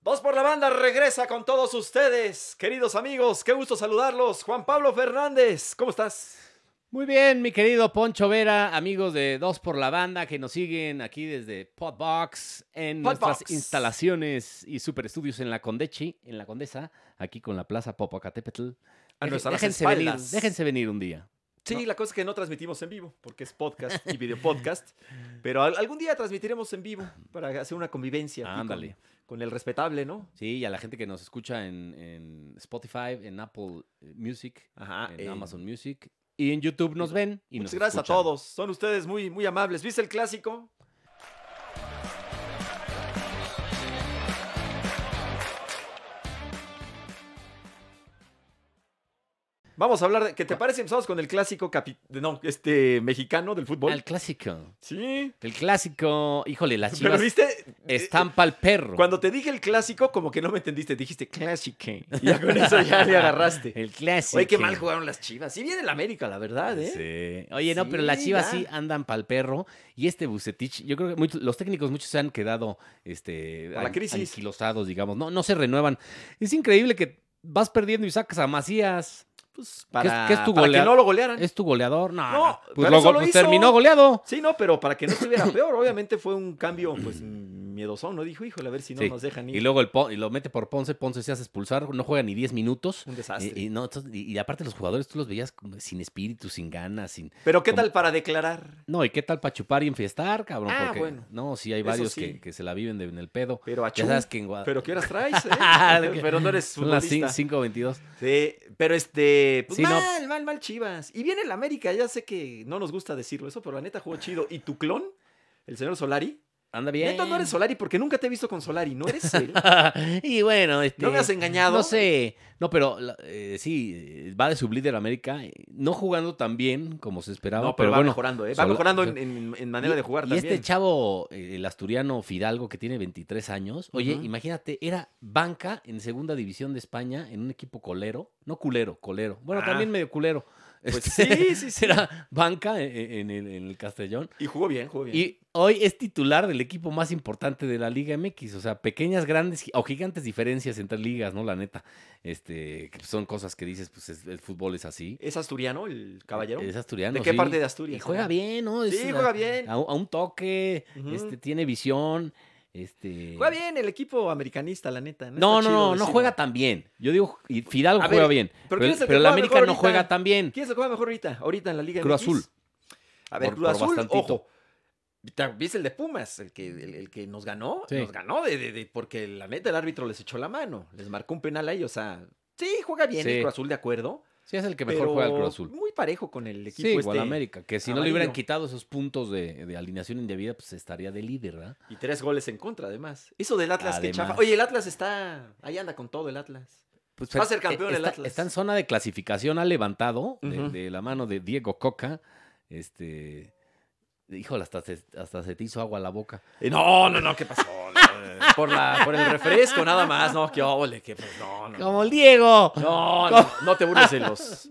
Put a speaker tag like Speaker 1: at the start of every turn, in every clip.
Speaker 1: Dos por la banda regresa con todos ustedes, queridos amigos. Qué gusto saludarlos. Juan Pablo Fernández, ¿cómo estás?
Speaker 2: Muy bien, mi querido Poncho Vera, amigos de Dos por la Banda que nos siguen aquí desde Podbox en
Speaker 1: Podbox.
Speaker 2: nuestras instalaciones y superestudios en la Condechi, en la Condesa, aquí con la Plaza Popocatépetl.
Speaker 1: A
Speaker 2: Deje-
Speaker 1: nuestras
Speaker 2: déjense venir,
Speaker 1: espaldas.
Speaker 2: déjense venir un día.
Speaker 1: Sí, la cosa es que no transmitimos en vivo, porque es podcast y videopodcast, pero al- algún día transmitiremos en vivo para hacer una convivencia aquí
Speaker 2: Ándale.
Speaker 1: con, con el respetable, ¿no?
Speaker 2: Sí, y a la gente que nos escucha en, en Spotify, en Apple Music,
Speaker 1: Ajá.
Speaker 2: en
Speaker 1: eh,
Speaker 2: Amazon Music y en YouTube nos ven y
Speaker 1: Muchas
Speaker 2: nos
Speaker 1: gracias
Speaker 2: escuchan.
Speaker 1: a todos. Son ustedes muy, muy amables. ¿Viste el clásico? Vamos a hablar de. ¿Qué te parece? Empezamos con el clásico capi- de- no, este mexicano del fútbol.
Speaker 2: Al clásico.
Speaker 1: Sí.
Speaker 2: El clásico, híjole, las
Speaker 1: Pero
Speaker 2: chivas
Speaker 1: viste. Eh,
Speaker 2: estampa al perro.
Speaker 1: Cuando te dije el clásico, como que no me entendiste. Dijiste clásico. Y ya con eso ya le agarraste.
Speaker 2: El clásico.
Speaker 1: Oye, qué mal jugaron las chivas. Sí, viene el América, la verdad, ¿eh?
Speaker 2: Sí. Oye, no, pero
Speaker 1: Sí,
Speaker 2: las chivas
Speaker 1: ya.
Speaker 2: sí andan pa'l perro. Y este Bucetich, yo creo que muchos- los técnicos muchos se han quedado este,
Speaker 1: Por la
Speaker 2: an-
Speaker 1: crisis.
Speaker 2: anquilosados, digamos. No, no se renuevan. Es increíble que vas perdiendo y sacas a Macías.
Speaker 1: Pues
Speaker 2: ¿Qué es-
Speaker 1: para,
Speaker 2: qué es tu
Speaker 1: para que
Speaker 2: golea-
Speaker 1: no lo golearan.
Speaker 2: ¿Es tu goleador? No.
Speaker 1: No,
Speaker 2: no.
Speaker 1: pero
Speaker 2: Pues, lo
Speaker 1: eso
Speaker 2: go-
Speaker 1: lo
Speaker 2: pues
Speaker 1: hizo.
Speaker 2: terminó goleado.
Speaker 1: Sí, no, pero para que no estuviera peor, obviamente fue un cambio, pues, miedosón, ¿no? Dijo, híjole, a ver si no
Speaker 2: Sí.
Speaker 1: nos dejan ir.
Speaker 2: Y luego el Pon- y lo mete por Ponce. Ponce se hace expulsar. No juega ni 10 minutos.
Speaker 1: un desastre.
Speaker 2: Y, y no, entonces- y- y aparte los jugadores tú los veías como sin espíritu, sin ganas, sin...
Speaker 1: pero ¿qué
Speaker 2: como-
Speaker 1: tal para declarar?
Speaker 2: No, ¿y qué tal para chupar y enfiestar, cabrón?
Speaker 1: Ah,
Speaker 2: Porque,
Speaker 1: bueno.
Speaker 2: No, sí, hay
Speaker 1: Eso
Speaker 2: varios
Speaker 1: sí.
Speaker 2: Que, que se la viven de- en el pedo.
Speaker 1: Pero a
Speaker 2: Ya
Speaker 1: Chu,
Speaker 2: sabes que en Guadalajara...
Speaker 1: Pero ¿qué horas traes? eh? pero no eres
Speaker 2: Son las cin-
Speaker 1: futbolista.
Speaker 2: 5.22.
Speaker 1: Sí, pero este, pues
Speaker 2: Sí, no.
Speaker 1: mal, mal, mal Chivas. Y viene el América, ya sé que no nos gusta decirlo eso, pero la neta jugó chido. ¿Y tu clon? ¿El señor Solari?
Speaker 2: Anda bien.
Speaker 1: Neta, no eres Solari porque nunca te he visto con Solari, ¿no eres él?
Speaker 2: y bueno, este...
Speaker 1: ¿No me has engañado?
Speaker 2: No sé. No, pero la- eh, sí, eh, va de su líder América. eh, No jugando tan bien como se esperaba,
Speaker 1: No, pero,
Speaker 2: pero,
Speaker 1: va
Speaker 2: bueno.
Speaker 1: mejorando, ¿eh? Va
Speaker 2: Sola-
Speaker 1: mejorando en, en- en manera
Speaker 2: Y-
Speaker 1: de jugar
Speaker 2: y
Speaker 1: también.
Speaker 2: este chavo, eh, el asturiano Fidalgo, que tiene 23 años, oye,
Speaker 1: Ujú.
Speaker 2: imagínate, era banca en segunda división de España en un equipo colero, no culero, colero. Bueno,
Speaker 1: Ah.
Speaker 2: también medio culero.
Speaker 1: Pues
Speaker 2: Este,
Speaker 1: sí, sí, sí.
Speaker 2: Era banca en, en el, en el Castellón.
Speaker 1: Y jugó bien, jugó bien.
Speaker 2: Y hoy es titular del equipo más importante de la Liga MX. O sea, pequeñas, grandes gi- o gigantes diferencias entre ligas, ¿no? La neta. Este, que son cosas que dices, pues es- el fútbol es así.
Speaker 1: ¿Es asturiano el caballero?
Speaker 2: Ah, Es asturiano.
Speaker 1: ¿De qué
Speaker 2: sí.
Speaker 1: parte de
Speaker 2: Y
Speaker 1: Asturias?
Speaker 2: juega
Speaker 1: será?
Speaker 2: bien, ¿no? Es
Speaker 1: Sí,
Speaker 2: una-
Speaker 1: juega bien.
Speaker 2: a, un- a un toque,
Speaker 1: Ujú.
Speaker 2: este, tiene visión, este...
Speaker 1: Juega bien el equipo americanista, la neta.
Speaker 2: No,
Speaker 1: Está
Speaker 2: no,
Speaker 1: chido
Speaker 2: no, no
Speaker 1: decirlo.
Speaker 2: juega tan bien. Yo digo, y Fidalgo
Speaker 1: A
Speaker 2: juega
Speaker 1: ver,
Speaker 2: bien,
Speaker 1: ¿pero
Speaker 2: pero,
Speaker 1: quién es el que
Speaker 2: pero el
Speaker 1: juega
Speaker 2: América
Speaker 1: mejor
Speaker 2: no
Speaker 1: ahorita?
Speaker 2: juega tan bien.
Speaker 1: ¿Quién es el que juega mejor ahorita? Ahorita en la Liga
Speaker 2: Cruz
Speaker 1: MX.
Speaker 2: Azul.
Speaker 1: A ver,
Speaker 2: Por-
Speaker 1: Cruz
Speaker 2: por
Speaker 1: Azul,
Speaker 2: bastantito.
Speaker 1: ojo. Ta- ¿Viste el de Pumas? El que, el, el que nos ganó.
Speaker 2: Sí.
Speaker 1: Nos ganó de, de- de- porque la neta el árbitro les echó la mano. Les marcó un penal ahí, o sea... Sí, juega bien el
Speaker 2: Sí.
Speaker 1: Cruz Azul, de acuerdo.
Speaker 2: Sí, es el que mejor
Speaker 1: pero
Speaker 2: juega el Cruz Azul.
Speaker 1: muy parejo con el equipo
Speaker 2: Sí,
Speaker 1: este.
Speaker 2: igual América, que si no le hubieran
Speaker 1: amarillo.
Speaker 2: quitado esos puntos de, de alineación indebida, pues estaría de líder, ¿verdad?
Speaker 1: Y tres goles en contra, además. Eso del Atlas, que
Speaker 2: Además.
Speaker 1: chafa. Oye, el Atlas está... Ahí anda con todo el Atlas.
Speaker 2: Pues,
Speaker 1: Va a
Speaker 2: pero,
Speaker 1: ser campeón
Speaker 2: eh,
Speaker 1: el
Speaker 2: está,
Speaker 1: Atlas.
Speaker 2: Está en zona de clasificación, ha levantado de,
Speaker 1: Ujú.
Speaker 2: de la mano de Diego Coca, este... Híjole, hasta se, hasta se te hizo agua la boca.
Speaker 1: Eh, No, no, no, ¿qué pasó? No, eh, por, la, por el refresco, nada más. No, qué óvole, qué pues, no, no.
Speaker 2: ¡Como el Diego!
Speaker 1: No, no, no te burles de los,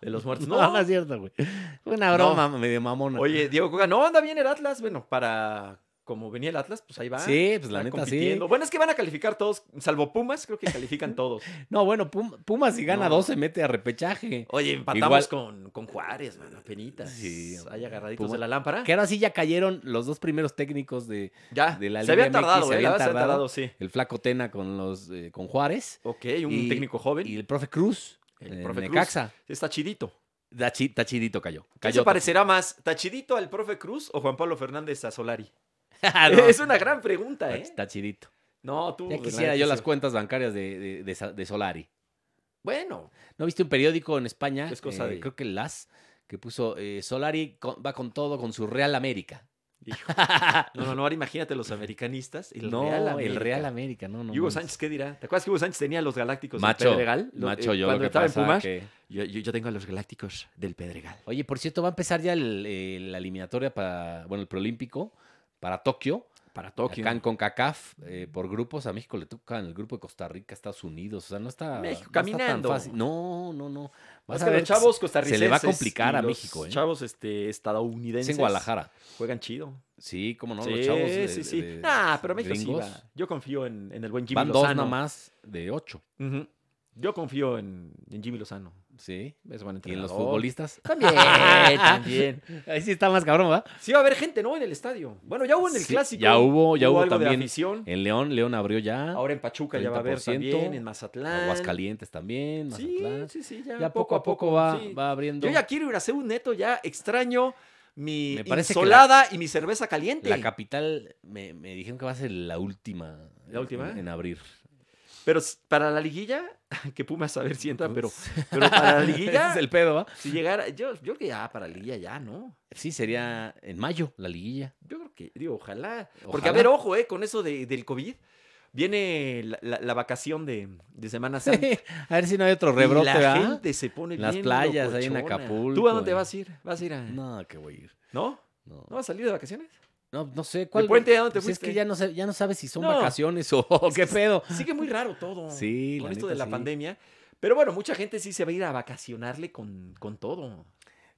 Speaker 1: de los muertos.
Speaker 2: No, no
Speaker 1: No.
Speaker 2: es cierto, güey. Fue una broma medio mamona.
Speaker 1: Oye, Diego Coca, no anda bien el Atlas. Bueno, para como venía el Atlas, pues ahí va.
Speaker 2: sí, pues la
Speaker 1: Está
Speaker 2: neta sí.
Speaker 1: compitiendo. Bueno, es que van a calificar todos, salvo Pumas, creo que califican todos.
Speaker 2: No, bueno, Pum- Pumas si gana
Speaker 1: No.
Speaker 2: dos se mete a repechaje.
Speaker 1: Oye, empatamos con, con Juárez, mano, penitas.
Speaker 2: Sí, hombre.
Speaker 1: ahí agarraditos
Speaker 2: Pumas-
Speaker 1: de la lámpara.
Speaker 2: Que ahora sí ya cayeron los dos primeros técnicos de
Speaker 1: Ya,
Speaker 2: de la
Speaker 1: se
Speaker 2: Liga
Speaker 1: habían
Speaker 2: MX,
Speaker 1: tardado,
Speaker 2: se
Speaker 1: eh, la
Speaker 2: habían
Speaker 1: verdad, se habían tardado,
Speaker 2: tardado.
Speaker 1: sí.
Speaker 2: el flaco Tena con los eh, con Juárez
Speaker 1: Ok, un
Speaker 2: Y-
Speaker 1: técnico joven.
Speaker 2: y el profe Cruz.
Speaker 1: El
Speaker 2: El
Speaker 1: profe
Speaker 2: profe
Speaker 1: Cruz.
Speaker 2: Necaxa.
Speaker 1: Está chidito.
Speaker 2: Da chi- Está chidito cayó.
Speaker 1: ¿Qué
Speaker 2: Cayó.
Speaker 1: se parecerá más, Tachidito al profe Cruz o Juan Pablo Fernández a Solari?
Speaker 2: Ah, no.
Speaker 1: Es una gran pregunta,
Speaker 2: Está-
Speaker 1: ¿eh?
Speaker 2: Está chidito.
Speaker 1: No, tú.
Speaker 2: Ya
Speaker 1: la
Speaker 2: quisiera
Speaker 1: Uh, neta,
Speaker 2: yo
Speaker 1: sí.
Speaker 2: las cuentas bancarias de, de- de Sa- de Solari.
Speaker 1: Bueno,
Speaker 2: ¿No viste un periódico en España?
Speaker 1: Es cosa
Speaker 2: Eh,
Speaker 1: de-
Speaker 2: Creo que el LAS, que puso eh, Solari con- va con todo con su Real América.
Speaker 1: hijo. No, no, no, ahora imagínate los americanistas. El
Speaker 2: no,
Speaker 1: Real América.
Speaker 2: Ah. el Real América, no, no.
Speaker 1: ¿Y Hugo
Speaker 2: mames.
Speaker 1: Sánchez qué dirá? ¿Te acuerdas que Hugo Sánchez tenía a los galácticos
Speaker 2: Macho,
Speaker 1: del Pedregal? Lo-
Speaker 2: macho,
Speaker 1: eh,
Speaker 2: yo lo
Speaker 1: cuando
Speaker 2: que
Speaker 1: estaba
Speaker 2: pasa
Speaker 1: en Pumas,
Speaker 2: que-
Speaker 1: yo, yo- yo tengo a los galácticos del Pedregal.
Speaker 2: Oye, por cierto, va a empezar ya el, eh, la eliminatoria para, bueno, el preolímpico para Tokio.
Speaker 1: Para Tokio.
Speaker 2: Acá en CONCACAF, eh, por grupos, a México le toca en el grupo de Costa Rica, Estados Unidos. O sea, no está.
Speaker 1: México,
Speaker 2: no está tan
Speaker 1: caminando.
Speaker 2: fácil. No, no, no.
Speaker 1: Es
Speaker 2: Vas a
Speaker 1: que
Speaker 2: ver
Speaker 1: los chavos costarricenses.
Speaker 2: se le va a complicar
Speaker 1: y
Speaker 2: a
Speaker 1: los
Speaker 2: México, ¿eh?
Speaker 1: Chavos este,
Speaker 2: Es
Speaker 1: estadounidenses.
Speaker 2: en Guadalajara.
Speaker 1: Juegan chido.
Speaker 2: Sí, cómo no,
Speaker 1: sí,
Speaker 2: los chavos. de-
Speaker 1: sí, sí.
Speaker 2: de-
Speaker 1: ah, pero México
Speaker 2: gringos.
Speaker 1: sí va. Yo confío en, en el buen Jimmy
Speaker 2: Van
Speaker 1: Lozano.
Speaker 2: dos nada más de ocho.
Speaker 1: Ujú. Yo confío en, en Jimmy Lozano.
Speaker 2: Sí.
Speaker 1: Es buen
Speaker 2: Y en
Speaker 1: entrenador.
Speaker 2: los futbolistas.
Speaker 1: También, también.
Speaker 2: Ahí sí está más cabrón, ¿verdad?
Speaker 1: Sí va a haber gente, ¿no? En el estadio. Bueno, ya hubo en el
Speaker 2: Sí,
Speaker 1: clásico.
Speaker 2: ya hubo- ya hubo
Speaker 1: algo de
Speaker 2: también.
Speaker 1: afición.
Speaker 2: En León, León abrió ya.
Speaker 1: Ahora en Pachuca ya va a haber
Speaker 2: 30%,
Speaker 1: también, en Mazatlán.
Speaker 2: Aguascalientes también. Mazatlán.
Speaker 1: Sí, sí, sí, ya,
Speaker 2: ya, poco a poco, va,
Speaker 1: sí.
Speaker 2: va abriendo.
Speaker 1: Yo ya quiero ir a hacer un neto, ya extraño mi
Speaker 2: Me parece que
Speaker 1: insolada y mi cerveza caliente.
Speaker 2: La capital me, me dijeron que va a ser la última.
Speaker 1: ¿La última?
Speaker 2: En, en abrir.
Speaker 1: Pero s- para la liguilla, que Pumas a ver si entra, pero, pero para la
Speaker 2: Ese
Speaker 1: liguilla,
Speaker 2: es el pedo, ¿va?
Speaker 1: si llegara, yo, yo creo que ya para la liguilla ya, ¿no?
Speaker 2: Sí, sería en mayo la liguilla.
Speaker 1: Yo creo que, digo, ojalá. Porque, a
Speaker 2: Ojalá.
Speaker 1: ver, ojo, eh, con eso de- del COVID, viene la, la- la vacación de, de Semana Santa.
Speaker 2: a ver si no hay otro
Speaker 1: y
Speaker 2: rebrote,
Speaker 1: la
Speaker 2: ¿verdad?
Speaker 1: gente se pone
Speaker 2: Las
Speaker 1: bien
Speaker 2: playas ahí en
Speaker 1: locochona.
Speaker 2: Acapulco,
Speaker 1: ¿Tú a dónde
Speaker 2: eh.
Speaker 1: vas a ir? ¿Vas a ir a...? No.
Speaker 2: No, que voy a ir.
Speaker 1: ¿No,
Speaker 2: No,
Speaker 1: vas a salir de vacaciones?
Speaker 2: no, no sé cuál.
Speaker 1: puente a dónde te
Speaker 2: Pues es que
Speaker 1: fuiste?
Speaker 2: ya no, sé- ya no sabes si son
Speaker 1: No.
Speaker 2: vacaciones o o qué pedo.
Speaker 1: Sigue muy raro todo.
Speaker 2: Sí,
Speaker 1: Con
Speaker 2: la
Speaker 1: esto de
Speaker 2: neta,
Speaker 1: la
Speaker 2: sí.
Speaker 1: pandemia. Pero bueno, mucha gente sí se va a ir a vacacionarle con, con todo.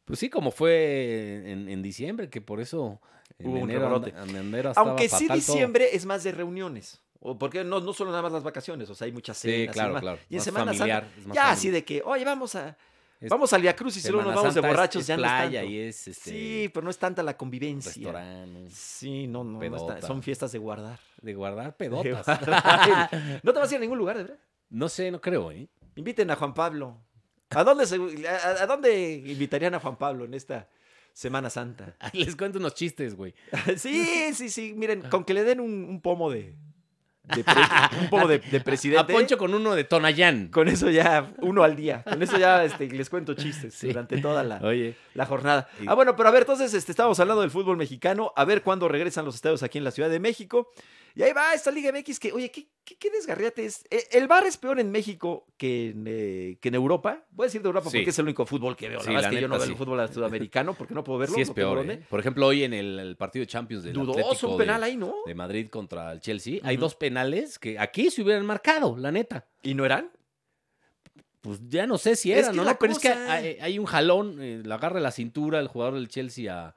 Speaker 2: Pues sí, como fue en, en diciembre, que por eso en
Speaker 1: Hubo un
Speaker 2: enero, anda-
Speaker 1: rebrote.
Speaker 2: en enero estaba
Speaker 1: Aunque sí
Speaker 2: fatal todo.
Speaker 1: diciembre es más de reuniones. O porque no, no solo nada más las vacaciones, o sea, hay muchas cenas.
Speaker 2: Sí,
Speaker 1: y
Speaker 2: claro,
Speaker 1: demás.
Speaker 2: claro.
Speaker 1: Y en
Speaker 2: Más
Speaker 1: Semana
Speaker 2: familiar, es
Speaker 1: Santa,
Speaker 2: más
Speaker 1: ya
Speaker 2: familiar.
Speaker 1: así de que, oye, vamos a,
Speaker 2: Es-
Speaker 1: vamos al Via Cruz y luego nos
Speaker 2: Semana
Speaker 1: vamos de
Speaker 2: Santa es-
Speaker 1: borrachos,
Speaker 2: es
Speaker 1: ya
Speaker 2: playa
Speaker 1: no es tanto.
Speaker 2: y es este,
Speaker 1: Sí, pues, pero no es tanta la convivencia.
Speaker 2: restaurante
Speaker 1: Sí, no, no, no es tan-
Speaker 2: Pedota.
Speaker 1: son fiestas de guardar.
Speaker 2: de guardar
Speaker 1: De
Speaker 2: pedotas.
Speaker 1: guardar. no te vas a ir a ningún lugar, de verdad.
Speaker 2: no sé, no creo, ¿eh?
Speaker 1: Inviten a Juan Pablo. ¿A dónde, se- a- a dónde invitarían a Juan Pablo en esta Semana Santa?
Speaker 2: Ay, Les cuento unos chistes, güey.
Speaker 1: Sí, sí, sí. Miren, con que le den un, un pomo de. de pre- un pomo de, de presidente.
Speaker 2: A Poncho con uno de Tonayán.
Speaker 1: Con eso ya, uno al día. Con eso ya este, les cuento chistes
Speaker 2: Sí.
Speaker 1: durante toda la,
Speaker 2: Oye,
Speaker 1: la jornada.
Speaker 2: Y-
Speaker 1: Ah, bueno, pero a ver, entonces este, estábamos hablando del fútbol mexicano, a ver cuándo regresan los estadios aquí en la Ciudad de México. Y ahí va esta Liga MX que, oye, qué, qué, qué desgarriate es. Eh, El bar es peor en México que en, eh, que en Europa. Voy a decir de Europa
Speaker 2: Sí.
Speaker 1: porque es el único fútbol que veo. La
Speaker 2: Sí,
Speaker 1: verdad
Speaker 2: la
Speaker 1: es que yo no
Speaker 2: neta,
Speaker 1: veo el
Speaker 2: sí.
Speaker 1: fútbol sudamericano porque no puedo verlo.
Speaker 2: sí es
Speaker 1: no tengo
Speaker 2: peor,
Speaker 1: dónde.
Speaker 2: ¿eh? Por ejemplo, hoy en el, el partido de Champions del
Speaker 1: Dudoso
Speaker 2: Atlético
Speaker 1: un
Speaker 2: de-
Speaker 1: penal ahí, ¿no?
Speaker 2: de, Madrid contra el Chelsea, hay
Speaker 1: Ujú.
Speaker 2: dos penales que aquí se hubieran marcado, la neta.
Speaker 1: ¿Y no eran?
Speaker 2: Pues ya no sé si
Speaker 1: Es
Speaker 2: era,
Speaker 1: que
Speaker 2: ¿no?
Speaker 1: la
Speaker 2: No, Pero es que
Speaker 1: cosa-
Speaker 2: hay, hay un jalón, eh, la agarra la cintura el jugador del Chelsea a...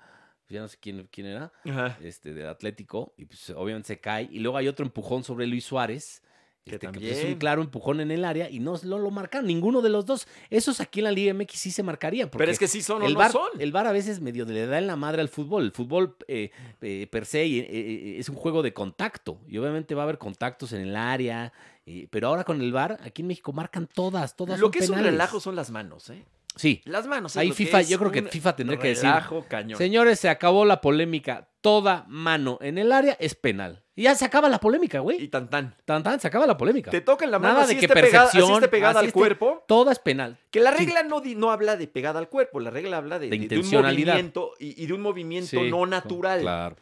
Speaker 2: pues Ya no sé quién, quién era.
Speaker 1: Ajá.
Speaker 2: este, del Atlético, y pues obviamente se cae, y luego hay otro empujón sobre Luis Suárez,
Speaker 1: Que
Speaker 2: este, que, pues, es
Speaker 1: también.
Speaker 2: un claro empujón en el área, y no lo, lo marcaron, ninguno de los dos. Esos aquí en la Liga MX sí se marcarían. porque
Speaker 1: Pero es que sí son o
Speaker 2: el
Speaker 1: no
Speaker 2: VAR-
Speaker 1: son.
Speaker 2: El VAR a veces medio le da en la madre al fútbol. El fútbol eh, eh, per se eh, eh, es un juego de contacto, y obviamente va a haber contactos en el área, eh, pero ahora con el VAR, aquí en México marcan todas, todas
Speaker 1: Lo
Speaker 2: son
Speaker 1: que es un
Speaker 2: penales.
Speaker 1: relajo son las manos, ¿eh?
Speaker 2: Sí.
Speaker 1: Las manos. es
Speaker 2: Ahí
Speaker 1: lo que
Speaker 2: FIFA,
Speaker 1: es
Speaker 2: yo creo que
Speaker 1: un
Speaker 2: FIFA tendría que decir,
Speaker 1: Relajo cañón.
Speaker 2: Señores, se acabó la polémica. Toda mano en el área es penal. Y ya se acaba la polémica,
Speaker 1: Y
Speaker 2: güey.
Speaker 1: tan tan.
Speaker 2: Tan tan, se acaba la polémica.
Speaker 1: Te tocan la mano
Speaker 2: Nada
Speaker 1: así
Speaker 2: de que
Speaker 1: esté pegada, así esté
Speaker 2: percepción,
Speaker 1: pegada
Speaker 2: así
Speaker 1: al
Speaker 2: esté-
Speaker 1: cuerpo.
Speaker 2: Toda es penal.
Speaker 1: Que la regla no, di- no habla de pegada al cuerpo, la regla habla de,
Speaker 2: De
Speaker 1: de- de
Speaker 2: intencionalidad.
Speaker 1: un movimiento y, y de un movimiento
Speaker 2: Sí,
Speaker 1: no natural.
Speaker 2: Claro.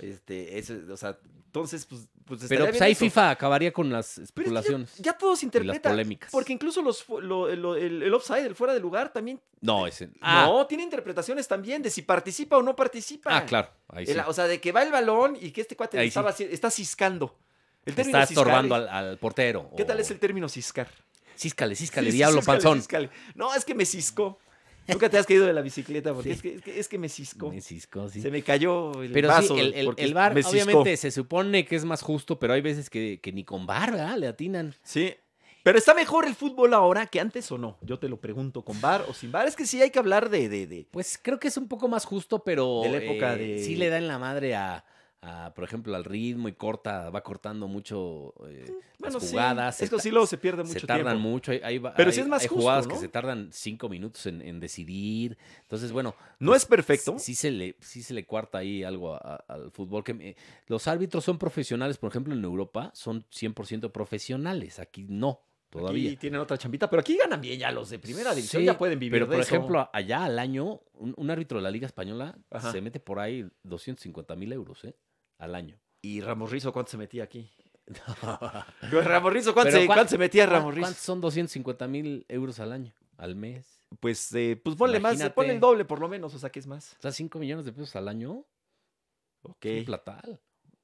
Speaker 1: Este, eso, o sea, entonces, pues, pues estaría
Speaker 2: Pero pues
Speaker 1: bien
Speaker 2: ahí
Speaker 1: eso.
Speaker 2: FIFA acabaría con las
Speaker 1: Pero es que ya-
Speaker 2: especulaciones.
Speaker 1: ya, todos interpretan.
Speaker 2: polémicas.
Speaker 1: Porque incluso los, fu- lo- lo- el, el offside, el fuera de lugar, también.
Speaker 2: No, ese.
Speaker 1: No, tiene interpretaciones también de si participa o no participa.
Speaker 2: Ah, claro. Ahí sí.
Speaker 1: El- o sea, de que va el balón y que este cuate
Speaker 2: Ahí sí.
Speaker 1: estaba, haci- está ciscando. El término
Speaker 2: Está
Speaker 1: ciscar
Speaker 2: estorbando
Speaker 1: es-
Speaker 2: al, Oh. al portero.
Speaker 1: ¿Qué tal
Speaker 2: o-
Speaker 1: es el término ciscar?
Speaker 2: Císcale, císcale,
Speaker 1: Sí, sí,
Speaker 2: diablo
Speaker 1: císcale,
Speaker 2: panzón.
Speaker 1: císcale. No, es que me ciscó. Nunca te has caído de la bicicleta porque es, que, es que- es que me ciscó.
Speaker 2: Me ciscó, sí.
Speaker 1: Se me cayó el
Speaker 2: Pero
Speaker 1: vaso
Speaker 2: sí, el, el,
Speaker 1: porque
Speaker 2: el VAR,
Speaker 1: me ciscó.
Speaker 2: obviamente, se supone que es más justo, pero hay veces que, que ni con VAR, ¿verdad? Le atinan.
Speaker 1: Sí. Pero está mejor el fútbol ahora que antes o no. Yo te lo pregunto, con bar o sin bar. Es que sí hay que hablar de. de, de-
Speaker 2: Pues creo que es un poco más justo, pero eh,
Speaker 1: De la época de-
Speaker 2: sí le da en la madre a, a, por ejemplo, al ritmo y corta, va cortando mucho eh,
Speaker 1: Mm, Bueno,
Speaker 2: las
Speaker 1: sí.
Speaker 2: jugadas.
Speaker 1: Es que
Speaker 2: ta-
Speaker 1: sí luego se pierde mucho
Speaker 2: se tardan
Speaker 1: tiempo.
Speaker 2: mucho. hay- hay va-
Speaker 1: Pero
Speaker 2: hay-
Speaker 1: sí es más
Speaker 2: hay
Speaker 1: justo,
Speaker 2: jugadas
Speaker 1: ¿no?
Speaker 2: que se tardan cinco minutos en, en decidir. Entonces, bueno,
Speaker 1: No es perfecto.
Speaker 2: sí se le, sí se le cuarta ahí algo a- a- al fútbol. que me- Los árbitros son profesionales, por ejemplo, en Europa son 100% profesionales. Aquí no, todavía.
Speaker 1: Aquí tienen otra chambita, pero aquí ganan bien ya los de primera división,
Speaker 2: Sí,
Speaker 1: ya pueden vivir.
Speaker 2: Pero,
Speaker 1: de
Speaker 2: por
Speaker 1: eso.
Speaker 2: ejemplo, allá al año, un, un árbitro de la Liga Española
Speaker 1: Ajá.
Speaker 2: se mete por ahí 250 mil euros, ¿eh? Al año.
Speaker 1: ¿Y Ramos Rizo cuánto se metía aquí? Ramos Rizo, ¿cuánto,
Speaker 2: Pero
Speaker 1: se,
Speaker 2: ¿cuán-
Speaker 1: cuánto se metía
Speaker 2: ¿Cuán-
Speaker 1: Ramos Rizo?
Speaker 2: ¿Cuántos son 250 mil euros al año? Al mes.
Speaker 1: Pues, eh, pues ponle más,
Speaker 2: Imagínate.
Speaker 1: ponle el doble por lo menos, o sea que es más.
Speaker 2: O sea, 5 millones de pesos al año.
Speaker 1: Ok.
Speaker 2: Un platal.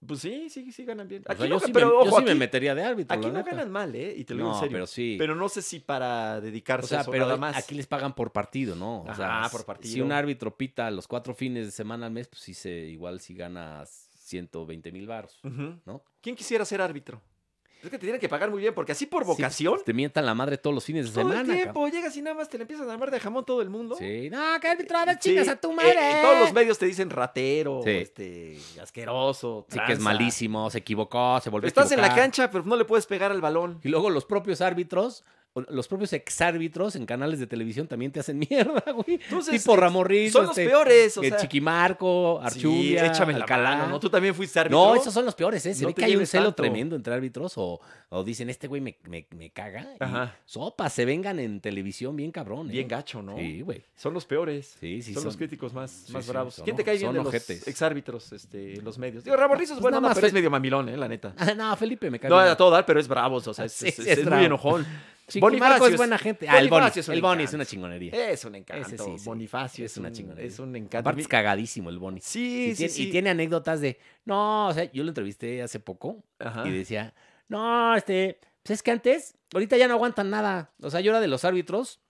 Speaker 1: Pues sí, sí, sí ganan bien.
Speaker 2: O sea,
Speaker 1: Aquí no
Speaker 2: yo
Speaker 1: ga-
Speaker 2: sí,
Speaker 1: pero
Speaker 2: me, yo
Speaker 1: ojo,
Speaker 2: sí me
Speaker 1: aquí-
Speaker 2: metería de árbitro.
Speaker 1: Aquí
Speaker 2: la
Speaker 1: no
Speaker 2: neta.
Speaker 1: ganan mal, ¿eh? Y te lo digo
Speaker 2: No,
Speaker 1: en serio.
Speaker 2: pero
Speaker 1: Pero,
Speaker 2: sí.
Speaker 1: no sé si para dedicarse
Speaker 2: o sea,
Speaker 1: a eso
Speaker 2: pero
Speaker 1: nada más.
Speaker 2: aquí les pagan por partido, ¿no? O sea,
Speaker 1: Ajá,
Speaker 2: s-
Speaker 1: Ah, por partido.
Speaker 2: Si un árbitro pita los cuatro fines de semana al mes, pues sí se, igual si gana 120 mil baros,
Speaker 1: Ujú.
Speaker 2: ¿no?
Speaker 1: ¿Quién quisiera ser árbitro? Es que te tienen que pagar muy bien, porque así por vocación,
Speaker 2: Sí, te mientan la madre todos los fines de
Speaker 1: todo
Speaker 2: semana.
Speaker 1: el
Speaker 2: cabrón.
Speaker 1: tiempo llegas y nada más te le empiezas a armar de jamón todo el mundo.
Speaker 2: Sí, no, que árbitro, a ver,
Speaker 1: Sí,
Speaker 2: chingas a tu
Speaker 1: eh,
Speaker 2: madre.
Speaker 1: en todos los medios te dicen ratero,
Speaker 2: Sí.
Speaker 1: este, asqueroso.
Speaker 2: Sí, que es
Speaker 1: tranza.
Speaker 2: malísimo, se equivocó, se volvió a
Speaker 1: Estás en la
Speaker 2: equivocar.
Speaker 1: cancha, pero no le puedes pegar al balón.
Speaker 2: Y luego los propios árbitros, o los propios exárbitros en canales de televisión también te hacen mierda, güey.
Speaker 1: Entonces,
Speaker 2: tipo
Speaker 1: eh,
Speaker 2: Ramorriz,
Speaker 1: Son los peores, o
Speaker 2: el
Speaker 1: sea.
Speaker 2: Chiquimarco, Archubia,
Speaker 1: sí, échame la
Speaker 2: Alcalá.
Speaker 1: mano, ¿no? Tú también fuiste árbitro.
Speaker 2: No, esos son los peores, ¿eh? Se
Speaker 1: No
Speaker 2: ve
Speaker 1: te
Speaker 2: que hay un
Speaker 1: lleves
Speaker 2: celo
Speaker 1: tanto.
Speaker 2: tremendo entre árbitros o, o dicen, este güey me, me, me caga. y
Speaker 1: Ajá.
Speaker 2: sopa, se vengan en televisión bien cabrón, ¿eh?
Speaker 1: Bien gacho, ¿no?
Speaker 2: Sí, güey.
Speaker 1: Son los peores.
Speaker 2: Sí, sí,
Speaker 1: son, los
Speaker 2: son-
Speaker 1: críticos más,
Speaker 2: sí,
Speaker 1: más
Speaker 2: sí,
Speaker 1: bravos.
Speaker 2: son
Speaker 1: ¿Quién te cae
Speaker 2: o-
Speaker 1: bien
Speaker 2: son
Speaker 1: de los
Speaker 2: ojetes.
Speaker 1: exárbitros este, en los medios? Digo, Ramorriz es
Speaker 2: Pues
Speaker 1: bueno,
Speaker 2: nada
Speaker 1: no,
Speaker 2: más
Speaker 1: pero es
Speaker 2: fe-
Speaker 1: medio mamilón, ¿eh? La neta.
Speaker 2: Ah, no, Felipe me caga.
Speaker 1: No,
Speaker 2: bien.
Speaker 1: a todo dar, pero es bravos, o sea, es,
Speaker 2: Sí,
Speaker 1: es-
Speaker 2: sí,
Speaker 1: es
Speaker 2: es
Speaker 1: muy
Speaker 2: bravo.
Speaker 1: enojón.
Speaker 2: Chiquimarco
Speaker 1: Bonifacio
Speaker 2: es
Speaker 1: es-
Speaker 2: buena gente. Ah, el Boni.
Speaker 1: Bonifacio es Eh, un
Speaker 2: El Boni es
Speaker 1: encanto.
Speaker 2: una chingonería.
Speaker 1: Es un encanto.
Speaker 2: sí, sí.
Speaker 1: Bonifacio
Speaker 2: Es
Speaker 1: es
Speaker 2: una
Speaker 1: una
Speaker 2: chingonería.
Speaker 1: Es un encanto.
Speaker 2: Aparte
Speaker 1: Mi-
Speaker 2: es cagadísimo el Boni.
Speaker 1: Sí,
Speaker 2: Y,
Speaker 1: sí,
Speaker 2: tiene,
Speaker 1: sí.
Speaker 2: y tiene anécdotas de, no, o sea, yo lo entrevisté hace poco
Speaker 1: Ajá.
Speaker 2: y decía, no, este, pues es que antes, ahorita ya no aguantan nada. O sea, yo era de los árbitros,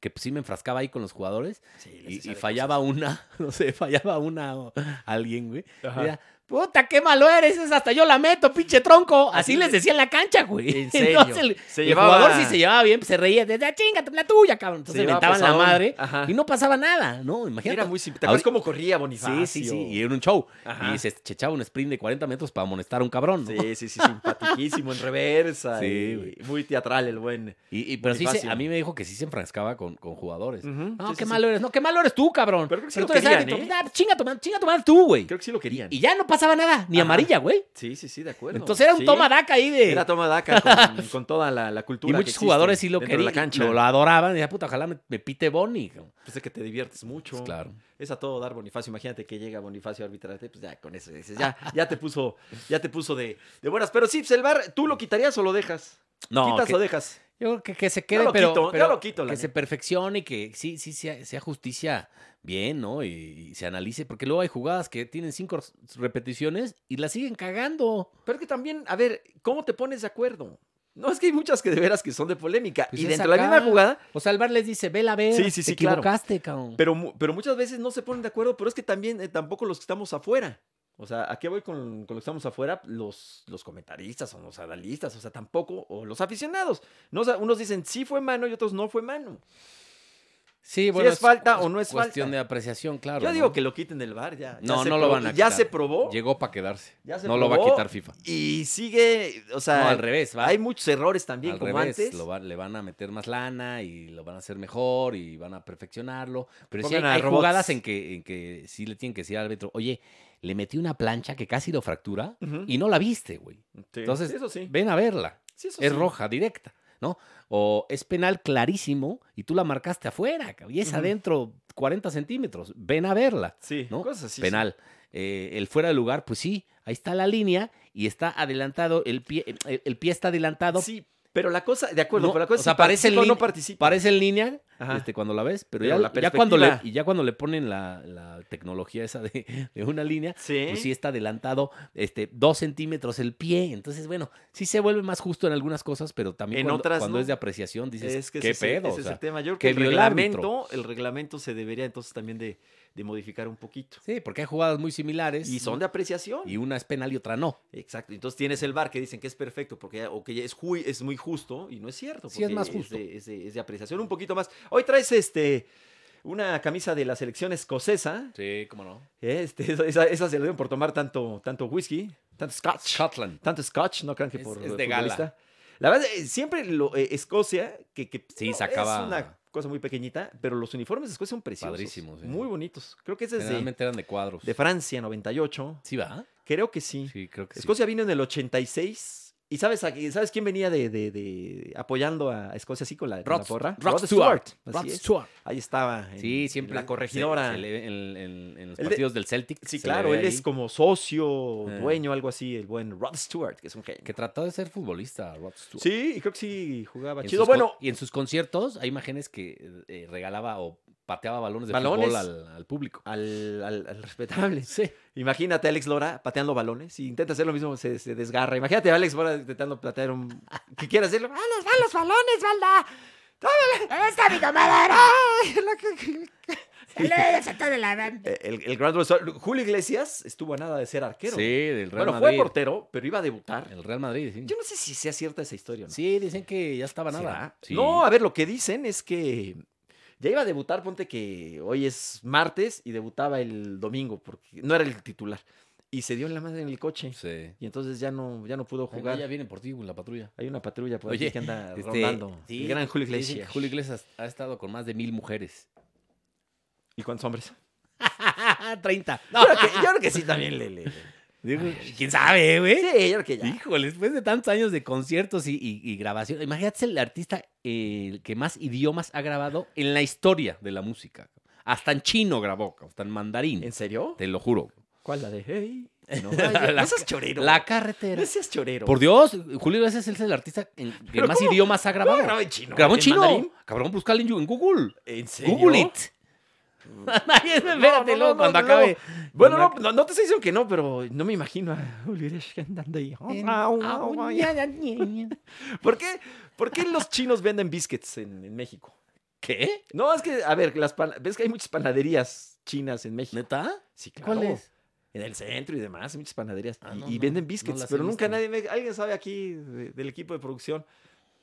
Speaker 2: que pues sí me enfrascaba ahí con los jugadores
Speaker 1: Sí, les
Speaker 2: y,
Speaker 1: decía
Speaker 2: y
Speaker 1: de
Speaker 2: fallaba una, no sé, fallaba una o- alguien, güey.
Speaker 1: cosas. Ajá.
Speaker 2: Decía, puta, qué malo eres, es hasta yo la meto, pinche tronco.
Speaker 1: Así
Speaker 2: Así
Speaker 1: le-
Speaker 2: les decía en la cancha, güey.
Speaker 1: En serio.
Speaker 2: Entonces, el,
Speaker 1: Se
Speaker 2: el
Speaker 1: llevaba-
Speaker 2: jugador, si se llevaba bien, pues, se reía, decía, chingate la tuya, cabrón.
Speaker 1: Se
Speaker 2: Entonces le
Speaker 1: llevaba
Speaker 2: mentaban la
Speaker 1: pesadón.
Speaker 2: madre
Speaker 1: Ajá.
Speaker 2: y no pasaba nada, ¿no? Imagínate.
Speaker 1: Era muy simple. ¿Te acuerdas
Speaker 2: Ahorita-
Speaker 1: cómo corría Bonifacio?
Speaker 2: Sí, sí, sí. Y era un show.
Speaker 1: Ajá.
Speaker 2: Y se echaba un sprint de 40 metros para amonestar a un cabrón. ¿no?
Speaker 1: Sí, sí, sí, simpaticísimo, en reversa.
Speaker 2: Sí,
Speaker 1: y
Speaker 2: güey.
Speaker 1: Muy teatral el buen.
Speaker 2: Y, y- pero sí, se-
Speaker 1: Bonifacio.
Speaker 2: a mí me dijo que sí se enfrascaba con, con jugadores.
Speaker 1: Ujú,
Speaker 2: No,
Speaker 1: sí, sí, sí.
Speaker 2: qué malo eres. No, qué malo eres tú, cabrón.
Speaker 1: Pero creo que sí lo
Speaker 2: tú eres
Speaker 1: querían,
Speaker 2: árbitro.
Speaker 1: ¿eh?
Speaker 2: Ah, chinga tu madre, chinga tu madre tú, güey.
Speaker 1: Creo que sí lo querían.
Speaker 2: Y ya no pasaba nada, ni
Speaker 1: Ajá.
Speaker 2: amarilla, güey.
Speaker 1: Sí, sí, sí, de acuerdo.
Speaker 2: Entonces era un
Speaker 1: Sí,
Speaker 2: toma daca ahí de.
Speaker 1: Era toma daca con, con toda la, la cultura.
Speaker 2: y
Speaker 1: que
Speaker 2: muchos
Speaker 1: existe
Speaker 2: jugadores sí lo
Speaker 1: dentro de
Speaker 2: querían.
Speaker 1: la cancha.
Speaker 2: Lo, lo adoraban. Y decía, puta, ojalá me, me pite Bonnie. cabrón.
Speaker 1: Pues es que te diviertes mucho.
Speaker 2: Pues claro.
Speaker 1: Es a todo dar Bonifacio. Imagínate que llega Bonifacio a arbitrarte, pues ya con eso dices, ya, ya te puso, ya te puso de, de buenas. Pero sí, pues el bar, ¿tú lo quitarías o lo dejas?
Speaker 2: No,
Speaker 1: ¿Quitas
Speaker 2: que-
Speaker 1: o dejas?
Speaker 2: yo creo que, que se quede,
Speaker 1: lo
Speaker 2: pero,
Speaker 1: quito, yo
Speaker 2: pero
Speaker 1: lo quito, la
Speaker 2: que se perfeccione y que sí, sí sea, sea justicia bien, ¿no? Y, y se analice, porque luego hay jugadas que tienen cinco repeticiones y la siguen cagando.
Speaker 1: Pero es que también, a ver, ¿cómo te pones de acuerdo? No, es que hay muchas que de veras que son de polémica.
Speaker 2: Pues
Speaker 1: y
Speaker 2: es
Speaker 1: dentro de la misma
Speaker 2: acá.
Speaker 1: jugada,
Speaker 2: O sea, el bar les dice, vela, ver,
Speaker 1: Sí, sí,
Speaker 2: te
Speaker 1: sí, claro.
Speaker 2: equivocaste, cabrón.
Speaker 1: pero, mu- pero muchas veces no se ponen de acuerdo, pero es que también eh, tampoco los que estamos afuera. O sea, ¿a qué voy con, con los que estamos afuera? Los, los comentaristas o los analistas, o sea, tampoco, o los aficionados. No, o sea, unos dicen sí fue mano y otros no fue mano.
Speaker 2: sí,
Speaker 1: es falta o no es
Speaker 2: cuestión
Speaker 1: falta.
Speaker 2: de apreciación, claro.
Speaker 1: Yo digo
Speaker 2: ¿no?
Speaker 1: que lo quiten del bar ya. ya
Speaker 2: No,
Speaker 1: se
Speaker 2: no lo
Speaker 1: probó-
Speaker 2: van a
Speaker 1: Ya
Speaker 2: quitar.
Speaker 1: se probó
Speaker 2: Llegó para quedarse.
Speaker 1: Ya se
Speaker 2: no lo va a
Speaker 1: probó.
Speaker 2: quitar FIFA.
Speaker 1: y sigue, o sea,
Speaker 2: no, al revés, va.
Speaker 1: hay muchos errores también
Speaker 2: al
Speaker 1: como
Speaker 2: revés,
Speaker 1: antes.
Speaker 2: lo va- le van a meter más lana y lo van a hacer mejor y van a perfeccionarlo. Pero sí hay,
Speaker 1: Pongan a
Speaker 2: hay
Speaker 1: robots.
Speaker 2: jugadas en que, en que sí le tienen que decir al árbitro, oye, le metí una plancha que casi lo fractura
Speaker 1: Ujú.
Speaker 2: y no la viste, güey.
Speaker 1: Sí,
Speaker 2: Entonces,
Speaker 1: eso sí.
Speaker 2: Ven a verla.
Speaker 1: Sí, eso
Speaker 2: es
Speaker 1: sí.
Speaker 2: roja, directa, ¿no? O es penal clarísimo y tú la marcaste afuera cabrón, y es
Speaker 1: Ujú.
Speaker 2: adentro 40 centímetros. Ven a verla,
Speaker 1: Sí,
Speaker 2: ¿no?
Speaker 1: cosas así.
Speaker 2: penal. Eh, el fuera de lugar, pues sí, ahí está la línea y está adelantado, el pie, el, el pie está adelatado,
Speaker 1: Sí. Sí, pero la cosa, de acuerdo,
Speaker 2: No,
Speaker 1: pero la cosa
Speaker 2: o sea,
Speaker 1: si
Speaker 2: parece
Speaker 1: participa o
Speaker 2: lin-
Speaker 1: no participa.
Speaker 2: parece en línea
Speaker 1: Ajá.
Speaker 2: este, cuando la ves, pero,
Speaker 1: Pero
Speaker 2: ya,
Speaker 1: la
Speaker 2: ya cuando le,
Speaker 1: perspectiva.
Speaker 2: y ya cuando le ponen la, la tecnología esa de, de una línea,
Speaker 1: Sí.
Speaker 2: pues sí está adelantado este, dos centímetros el pie. Entonces, bueno, sí se vuelve más justo en algunas cosas, pero también
Speaker 1: En
Speaker 2: cuando,
Speaker 1: otras
Speaker 2: cuando
Speaker 1: no.
Speaker 2: es de apreciación dices,
Speaker 1: es que
Speaker 2: ¿qué
Speaker 1: ese es-
Speaker 2: pedo?
Speaker 1: ese
Speaker 2: O
Speaker 1: es
Speaker 2: sea,
Speaker 1: el tema. Yo creo
Speaker 2: que
Speaker 1: que el
Speaker 2: vio el árbitro.
Speaker 1: reglamento, el reglamento se debería entonces también de, de modificar un poquito.
Speaker 2: sí, porque hay jugadas muy similares.
Speaker 1: Y son de apreciación.
Speaker 2: y una es penal y otra no.
Speaker 1: Exacto. Entonces tienes el bar que dicen que es perfecto porque ya- o que ya es, ju- es muy justo y no es cierto.
Speaker 2: Sí, es
Speaker 1: porque
Speaker 2: más justo.
Speaker 1: de, es de- es de apreciación un poquito más. Hoy traes este una camisa de la selección escocesa.
Speaker 2: Sí, cómo no.
Speaker 1: Este, esa, esa- esa se la dieron por tomar tanto, tanto whisky, tanto scotch.
Speaker 2: Scotland.
Speaker 1: Tanto scotch, no crean que
Speaker 2: Es-
Speaker 1: por
Speaker 2: es
Speaker 1: eh,
Speaker 2: de gala.
Speaker 1: futbolista. La verdad, eh, siempre lo, eh, Escocia, que, que
Speaker 2: Sí, sacaba-
Speaker 1: es una cosa muy pequeñita, pero los uniformes de Escocia son preciosos.
Speaker 2: Padrísimos, sí.
Speaker 1: Muy bonitos. Creo que ese es de,
Speaker 2: Generalmente eran de cuadros.
Speaker 1: de Francia, 98.
Speaker 2: ¿Sí va?
Speaker 1: Creo que sí.
Speaker 2: Sí, creo que sí.
Speaker 1: Escocia vino en el 86. ¿Y sabes, a- y sabes quién venía de, de- de- apoyando a Escocia así con la, con la
Speaker 2: Rod-
Speaker 1: porra?
Speaker 2: Rod
Speaker 1: Así
Speaker 2: Rod
Speaker 1: es.
Speaker 2: Stewart.
Speaker 1: Ahí estaba. en-
Speaker 2: Sí, siempre.
Speaker 1: en La corregidora.
Speaker 2: se- se le ve en, en- en los
Speaker 1: El de-
Speaker 2: partidos del Celtic.
Speaker 1: Sí,
Speaker 2: se le
Speaker 1: claro,
Speaker 2: ve
Speaker 1: él
Speaker 2: ahí
Speaker 1: es como socio,
Speaker 2: Eh.
Speaker 1: dueño, algo así, el buen Rod Stewart, que es un genio.
Speaker 2: Que trató de ser futbolista, Rod Stewart.
Speaker 1: Sí, y creo que sí jugaba
Speaker 2: En
Speaker 1: chido.
Speaker 2: sus con-
Speaker 1: Bueno,
Speaker 2: Y en sus conciertos hay imágenes que eh, regalaba o pateaba balones de
Speaker 1: Balones.
Speaker 2: fútbol al, al público.
Speaker 1: Al, al- al respetable.
Speaker 2: Sí.
Speaker 1: Imagínate a Alex Lora pateando balones. Si intenta hacer lo mismo, se, se desgarra. Imagínate a Alex Lora intentando patear un. que quiera hacerlo. ¡Ah, los, ah, los balones, balda!
Speaker 3: ¿Dónde está mi comadre? Le voy a saltar de la banda.
Speaker 1: Eh, El, el gran profesor- Julio Iglesias estuvo a nada de ser arquero.
Speaker 2: Sí, del Real
Speaker 1: bueno, fue
Speaker 2: Madrid.
Speaker 1: portero, pero iba a debutar.
Speaker 2: El Real Madrid, sí.
Speaker 1: Yo no sé si sea cierta esa historia. o ¿no?
Speaker 2: Sí, dicen que ya estaba nada.
Speaker 1: ¿Será?
Speaker 2: Sí.
Speaker 1: ¿eh? No, a ver, lo que dicen es que ya iba a debutar, ponte que hoy es martes y debutaba el domingo, porque no era el titular. Y se dio en la madre en el coche.
Speaker 2: Sí.
Speaker 1: Y entonces ya no, ya no pudo
Speaker 2: Ahí va,
Speaker 1: jugar.
Speaker 2: Ya vienen por ti, güey, la patrulla.
Speaker 1: Hay una patrulla por
Speaker 2: Oye,
Speaker 1: aquí que anda
Speaker 2: este,
Speaker 1: rondando.
Speaker 2: sí,
Speaker 1: el gran Julio
Speaker 2: Dicen que
Speaker 1: Iglesias.
Speaker 2: Julio Iglesias ha estado con más de mil mujeres.
Speaker 1: ¿Y cuántos hombres?
Speaker 2: 30.
Speaker 1: Yo creo que, yo creo que sí también le, le- le-
Speaker 2: ¿Quién sabe, güey?
Speaker 1: Sí, yo creo que ya.
Speaker 2: Híjole, después de tantos años de conciertos y, y- y grabación, imagínate el artista eh, el que más idiomas ha grabado en la historia de la música. Hasta en chino grabó, hasta en mandarín.
Speaker 1: ¿En serio?
Speaker 2: Te lo juro.
Speaker 1: ¿Cuál? La de Hey? No,
Speaker 2: La-
Speaker 1: no seas chorero.
Speaker 2: La
Speaker 1: no
Speaker 2: carretera.
Speaker 1: seas chorero.
Speaker 2: Por Dios, Julio Iglesias es el artista en que
Speaker 1: ¿Pero
Speaker 2: más
Speaker 1: cómo?
Speaker 2: idiomas ha
Speaker 1: ¿Cómo
Speaker 2: grabado.
Speaker 1: grabó en chino?
Speaker 2: Grabó en chino.
Speaker 1: mandarín?
Speaker 2: Cabrón, buscalo en en Google.
Speaker 1: ¿En serio? Mm.
Speaker 2: Google it. Ay, Espérate,
Speaker 1: no,
Speaker 2: luego
Speaker 1: no,
Speaker 2: cuando
Speaker 1: no.
Speaker 2: acabe.
Speaker 1: Bueno, no,
Speaker 2: Cuando
Speaker 1: no, no te estoy diciendo que no, pero no me imagino a Julio Iglesias andando ahí. ¿Por qué, por qué los chinos venden biscuits en, en México?
Speaker 2: ¿Qué?
Speaker 1: No, es que, a ver, las pan- ves que hay muchas panaderías chinas en México.
Speaker 2: ¿Neta?
Speaker 1: Sí, claro.
Speaker 2: ¿Cuál es?
Speaker 1: En el centro y demás, hay muchas panaderías.
Speaker 2: Ah,
Speaker 1: y,
Speaker 2: no,
Speaker 1: y
Speaker 2: no,
Speaker 1: venden
Speaker 2: no
Speaker 1: biscuits,
Speaker 2: las he
Speaker 1: pero nunca
Speaker 2: visto.
Speaker 1: nadie, me- alguien sabe aquí de- del equipo de producción.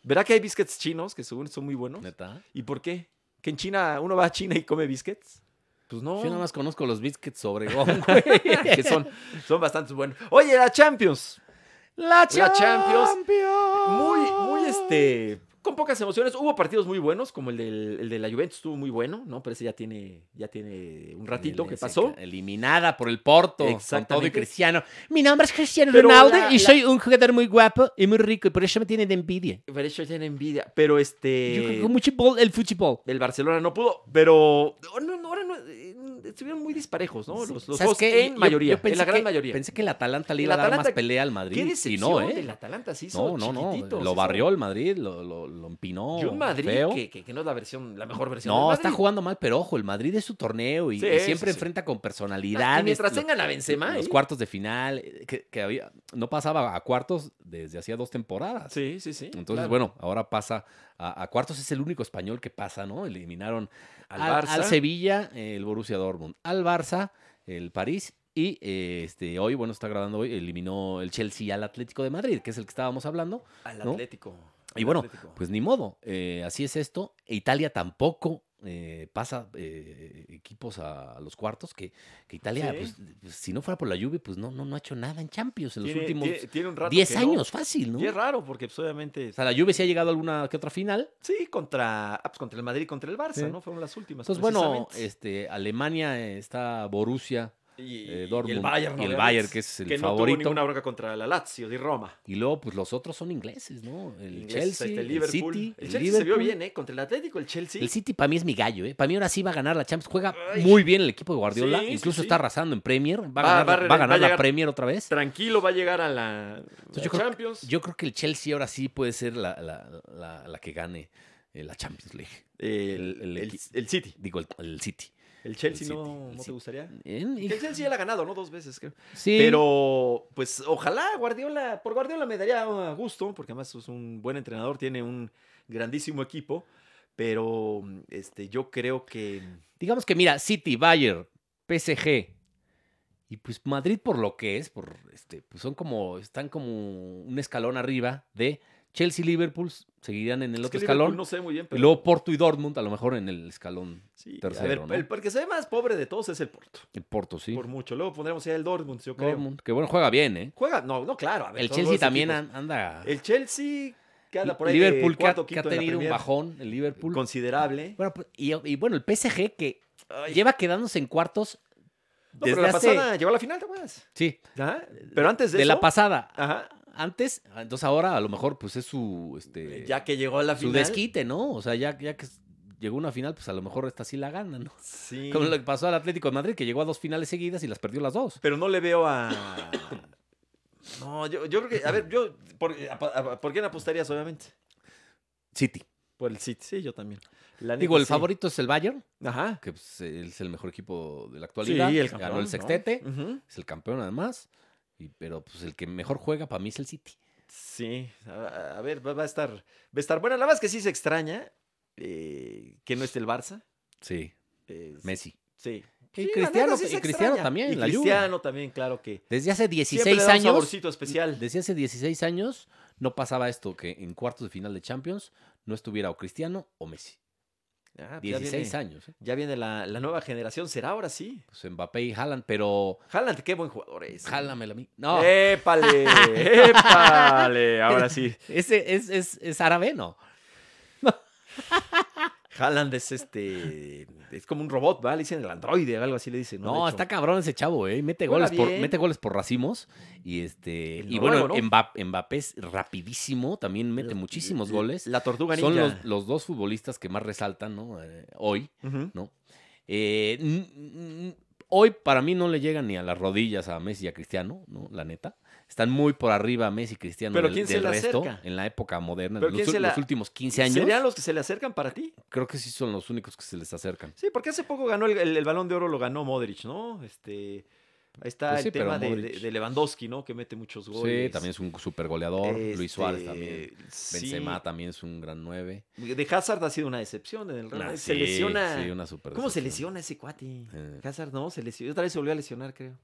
Speaker 1: ¿Verá que hay biscuits chinos que según son muy buenos?
Speaker 2: ¿Neta?
Speaker 1: ¿Y por qué? ¿Que en China uno va a China y come biscuits? Pues no.
Speaker 2: Yo nada más conozco los biscuits sobre güey.
Speaker 1: que son, son bastante buenos. Oye, la Champions.
Speaker 2: La
Speaker 1: Champions. Muy, muy este. Con pocas emociones. Hubo partidos muy buenos, como el, del, el de la Juventus estuvo muy bueno, ¿no? Pero ese ya tiene, ya tiene un ratito que
Speaker 2: Se
Speaker 1: pasó.
Speaker 2: ca- Eliminada por el Porto. Con todo
Speaker 1: Exactamente.
Speaker 2: y Cristiano. Mi nombre es Cristiano
Speaker 1: Pero
Speaker 2: Ronaldo
Speaker 1: la-
Speaker 2: y
Speaker 1: la-
Speaker 2: soy un jugador muy guapo y muy rico y por eso me tienen de envidia.
Speaker 1: Pero eso tiene envidia. Pero este.
Speaker 2: Yo juego mucho bol- el fútbol.
Speaker 1: El Barcelona no pudo, pero oh, no, no, ahora no, eh, estuvieron muy disparejos, ¿no? Los, los
Speaker 2: ¿Sabes
Speaker 1: dos
Speaker 2: qué?
Speaker 1: en
Speaker 2: Yo-
Speaker 1: mayoría,
Speaker 2: yo pensé
Speaker 1: en la gran
Speaker 2: que-
Speaker 1: mayoría.
Speaker 2: Pensé que el Atalanta le
Speaker 1: El
Speaker 2: iba a dar más
Speaker 1: Atalanta-
Speaker 2: pelea al Madrid.
Speaker 1: Qué
Speaker 2: y
Speaker 1: decepción
Speaker 2: no, ¿eh?
Speaker 1: del Atalanta, se hizo
Speaker 2: No, no,
Speaker 1: chiquitito,
Speaker 2: no.
Speaker 1: se
Speaker 2: Lo
Speaker 1: hizo-
Speaker 2: barrió el Madrid, lo, lo, lo empinó.
Speaker 1: Y un Madrid
Speaker 2: feo.
Speaker 1: que, que- que no es la versión, la mejor versión
Speaker 2: No,
Speaker 1: del
Speaker 2: está
Speaker 1: Madrid. Ah,
Speaker 2: jugando mal, pero ojo, el Madrid es su torneo y,
Speaker 1: Sí,
Speaker 2: y
Speaker 1: sí,
Speaker 2: siempre
Speaker 1: sí.
Speaker 2: enfrenta con personalidad.
Speaker 1: Ah, Y mientras tengan a Benzema,
Speaker 2: Los
Speaker 1: ¿eh?
Speaker 2: cuartos de final, eh, que, que había, no pasaba a cuartos desde hacía dos temporadas.
Speaker 1: Sí, sí, sí.
Speaker 2: Entonces,
Speaker 1: claro.
Speaker 2: bueno, ahora pasa a, a cuartos. Es el único español que pasa, ¿no? Eliminaron
Speaker 1: Al
Speaker 2: al,
Speaker 1: Barça.
Speaker 2: al Sevilla, eh, el Borussia Dortmund, al Barça, el París. Y eh, este, hoy, bueno, está grabando hoy, eliminó el Chelsea al Atlético de Madrid, que es el que estábamos hablando.
Speaker 1: al
Speaker 2: ¿no?
Speaker 1: Atlético.
Speaker 2: Y
Speaker 1: al
Speaker 2: bueno,
Speaker 1: Atlético.
Speaker 2: Pues ni modo, eh, así es esto. E Italia tampoco eh, pasa eh, equipos a, a los cuartos, que, que Italia,
Speaker 1: Sí.
Speaker 2: pues, pues, si no fuera por la lluvia, pues no, no, no ha hecho nada en Champions en los
Speaker 1: Tiene-
Speaker 2: últimos
Speaker 1: tiene- tiene un rato
Speaker 2: 10
Speaker 1: que no.
Speaker 2: años, fácil, ¿no?
Speaker 1: Y es raro porque pues, obviamente
Speaker 2: O sea, la lluvia sí ha llegado a alguna que otra final.
Speaker 1: sí contra ah, pues, contra el Madrid y contra el Barça,
Speaker 2: Sí.
Speaker 1: ¿no? Fueron las últimas.
Speaker 2: Entonces, bueno,
Speaker 1: precisamente.
Speaker 2: este, Alemania eh, está Borussia
Speaker 1: y,
Speaker 2: eh,
Speaker 1: y
Speaker 2: Dortmund
Speaker 1: el Bayern,
Speaker 2: y el
Speaker 1: obviamente,
Speaker 2: Bayern, que es el
Speaker 1: que no
Speaker 2: favorito.
Speaker 1: tuvo ninguna bronca contra la Lazio de Roma.
Speaker 2: y luego pues los otros son ingleses, ¿no? El
Speaker 1: Ingleses,
Speaker 2: Chelsea,
Speaker 1: este,
Speaker 2: el,
Speaker 1: Liverpool.
Speaker 2: City,
Speaker 1: El Chelsea se vio
Speaker 2: Liverpool.
Speaker 1: bien, ¿eh? Contra el Atlético, el Chelsea.
Speaker 2: El City para mí es mi gallo, ¿eh? Para mí ahora sí va a ganar la Champions. Juega
Speaker 1: Ay.
Speaker 2: muy bien el equipo de Guardiola.
Speaker 1: Sí, sí,
Speaker 2: Incluso
Speaker 1: sí.
Speaker 2: está arrasando en Premier. Va a
Speaker 1: Va-
Speaker 2: ganar,
Speaker 1: va a
Speaker 2: va a
Speaker 1: regre- va a
Speaker 2: ganar la
Speaker 1: llegar-
Speaker 2: Premier otra vez.
Speaker 1: Tranquilo va a llegar a la, la
Speaker 2: yo creo que-
Speaker 1: Champions.
Speaker 2: Yo creo que el Chelsea ahora sí puede ser la, la- la- la que gane eh, la Champions League.
Speaker 1: el,
Speaker 2: el-
Speaker 1: el-
Speaker 2: el-
Speaker 1: el City.
Speaker 2: Digo, el, el City.
Speaker 1: El Chelsea
Speaker 2: El
Speaker 1: no,
Speaker 2: City, el
Speaker 1: no te
Speaker 2: City.
Speaker 1: gustaría.
Speaker 2: En- y-
Speaker 1: El Chelsea ya la ha ganado, ¿no? Dos veces, creo.
Speaker 2: sí,
Speaker 1: Pero, pues, ojalá Guardiola, por Guardiola me daría uh, gusto, porque además es un buen entrenador, tiene un grandísimo equipo. Pero, este, yo creo que.
Speaker 2: digamos que mira, City, Bayern, PSG. Y pues Madrid por lo que es, por este, pues son como, están como un escalón arriba de Chelsea, Liverpool, seguirán en el
Speaker 1: es que
Speaker 2: otro
Speaker 1: Liverpool
Speaker 2: escalón.
Speaker 1: No sé muy bien,
Speaker 2: Y
Speaker 1: pero.
Speaker 2: luego Porto y Dortmund, a lo mejor en el escalón
Speaker 1: sí, a
Speaker 2: tercero,
Speaker 1: ver,
Speaker 2: ¿no?
Speaker 1: el, el que se ve más pobre de todos es el Porto.
Speaker 2: El Porto, sí.
Speaker 1: Por mucho. Luego pondremos ya el Dortmund, yo creo. Pues
Speaker 2: Dortmund, que bueno, juega bien, ¿eh?
Speaker 1: Juega, no, no, claro. a ver,
Speaker 2: El
Speaker 1: todos
Speaker 2: Chelsea
Speaker 1: los
Speaker 2: también
Speaker 1: equipos.
Speaker 2: an- anda.
Speaker 1: El Chelsea que anda por ahí. de
Speaker 2: Liverpool que ha-
Speaker 1: cuarto,
Speaker 2: que ha,
Speaker 1: quinto en la
Speaker 2: tenido un
Speaker 1: Premier,
Speaker 2: bajón, el Liverpool.
Speaker 1: Considerable.
Speaker 2: Bueno, pues, y, y bueno, el PSG que
Speaker 1: Ay,
Speaker 2: lleva quedándose en cuartos
Speaker 1: no,
Speaker 2: desde
Speaker 1: pero la
Speaker 2: hace-
Speaker 1: pasada llegó a la final, ¿te acuerdas?
Speaker 2: sí,
Speaker 1: Ajá, Pero antes de,
Speaker 2: de la
Speaker 1: eso-
Speaker 2: pasada.
Speaker 1: Ajá.
Speaker 2: Antes, entonces ahora a lo mejor pues es su este
Speaker 1: Eh, Ya que llegó a la
Speaker 2: su
Speaker 1: final.
Speaker 2: desquite, ¿no? O sea, ya, ya que s- llegó una final, pues a lo mejor esta sí la gana, ¿no?
Speaker 1: Sí.
Speaker 2: Como lo que pasó al Atlético de Madrid, que llegó a dos finales seguidas y las perdió las dos.
Speaker 1: Pero no le veo a. No, yo, yo creo que. A ver, yo. eh, ¿por, a- a- ¿por quién apostarías, obviamente?
Speaker 2: City.
Speaker 1: Por el City. Sí, yo también. La neta,
Speaker 2: Digo, el
Speaker 1: sí.
Speaker 2: favorito es el Bayern,
Speaker 1: Ajá.
Speaker 2: que pues, es el mejor equipo de la actualidad.
Speaker 1: Sí, el
Speaker 2: Ganó
Speaker 1: campeón,
Speaker 2: el
Speaker 1: ¿no?
Speaker 2: sextete,
Speaker 1: Ujú.
Speaker 2: es el campeón además. Y, pero pues el que mejor juega para mí es el City.
Speaker 1: Sí, a, a ver, va, va a estar, va a estar buena. La más que sí se extraña eh, que no esté el Barça.
Speaker 2: Sí,
Speaker 1: eh, sí,
Speaker 2: Messi.
Speaker 1: Sí.
Speaker 2: Y
Speaker 1: Sí, la
Speaker 2: Cristiano,
Speaker 1: neta sí se
Speaker 2: y Cristiano
Speaker 1: extraña.
Speaker 2: también,
Speaker 1: Y
Speaker 2: en la Juve.
Speaker 1: Cristiano también, claro que.
Speaker 2: Desde hace 16
Speaker 1: Siempre le da un
Speaker 2: años.
Speaker 1: saborcito especial. Ah,
Speaker 2: Desde hace 16 años no pasaba esto, que en cuartos de final de Champions no estuviera o Cristiano o Messi.
Speaker 1: Ah, pues ya
Speaker 2: 16
Speaker 1: viene-
Speaker 2: años. ¿eh?
Speaker 1: Ya viene la, la nueva generación, será ahora sí.
Speaker 2: Pues Mbappé y Haaland, pero
Speaker 1: Haaland, qué buen jugador es. ¿eh?
Speaker 2: jálamela a mí. No,
Speaker 1: ¡Épale! ¡Épale! Ahora sí.
Speaker 2: ese es, es, es árabe, ¿no?
Speaker 1: Haaland es este. Es como un robot, ¿vale? Le dicen el androide o algo así le dicen.
Speaker 2: No,
Speaker 1: No, De hecho,
Speaker 2: está cabrón ese chavo, ¿eh? Mete
Speaker 1: Juega
Speaker 2: goles, por,
Speaker 1: bien.
Speaker 2: mete goles por racimos. Y este
Speaker 1: El
Speaker 2: y
Speaker 1: noruego,
Speaker 2: bueno,
Speaker 1: ¿no?
Speaker 2: Mbappé, Mbappé es rapidísimo, también mete
Speaker 1: la-
Speaker 2: muchísimos
Speaker 1: la-
Speaker 2: goles.
Speaker 1: La tortuga ninja.
Speaker 2: Son los, los dos futbolistas que más resaltan, ¿no? Eh, hoy.
Speaker 1: Ujú.
Speaker 2: Eh, n- n- hoy para mí no le llegan ni a las rodillas a Messi y a Cristiano, ¿no? La neta. Están muy por arriba Messi y Cristiano
Speaker 1: Pero
Speaker 2: del,
Speaker 1: ¿quién se
Speaker 2: del
Speaker 1: le
Speaker 2: resto
Speaker 1: acerca?
Speaker 2: en la época moderna,
Speaker 1: ¿Pero
Speaker 2: en los,
Speaker 1: quién se
Speaker 2: ul-
Speaker 1: la-
Speaker 2: los últimos 15 años.
Speaker 1: ¿Serían los que se le acercan para ti?
Speaker 2: Creo que sí son los únicos que se les acercan.
Speaker 1: Sí, porque hace poco ganó el, el- el balón de oro, lo ganó Modric, ¿no? Este, ahí está
Speaker 2: Pues sí,
Speaker 1: el tema
Speaker 2: pero
Speaker 1: de,
Speaker 2: Modric-
Speaker 1: de- de Lewandowski, ¿no? Que mete muchos goles.
Speaker 2: Sí, también es un super goleador. Luis Suárez también. Benzema
Speaker 1: Benzema.
Speaker 2: también es un gran 9.
Speaker 1: De Hazard ha sido una decepción en el Real Madrid. Se lesiona. ¿Cómo se lesiona ese cuate?
Speaker 2: Eh.
Speaker 1: Hazard no, se lesionó. Otra vez se volvió a lesionar, creo.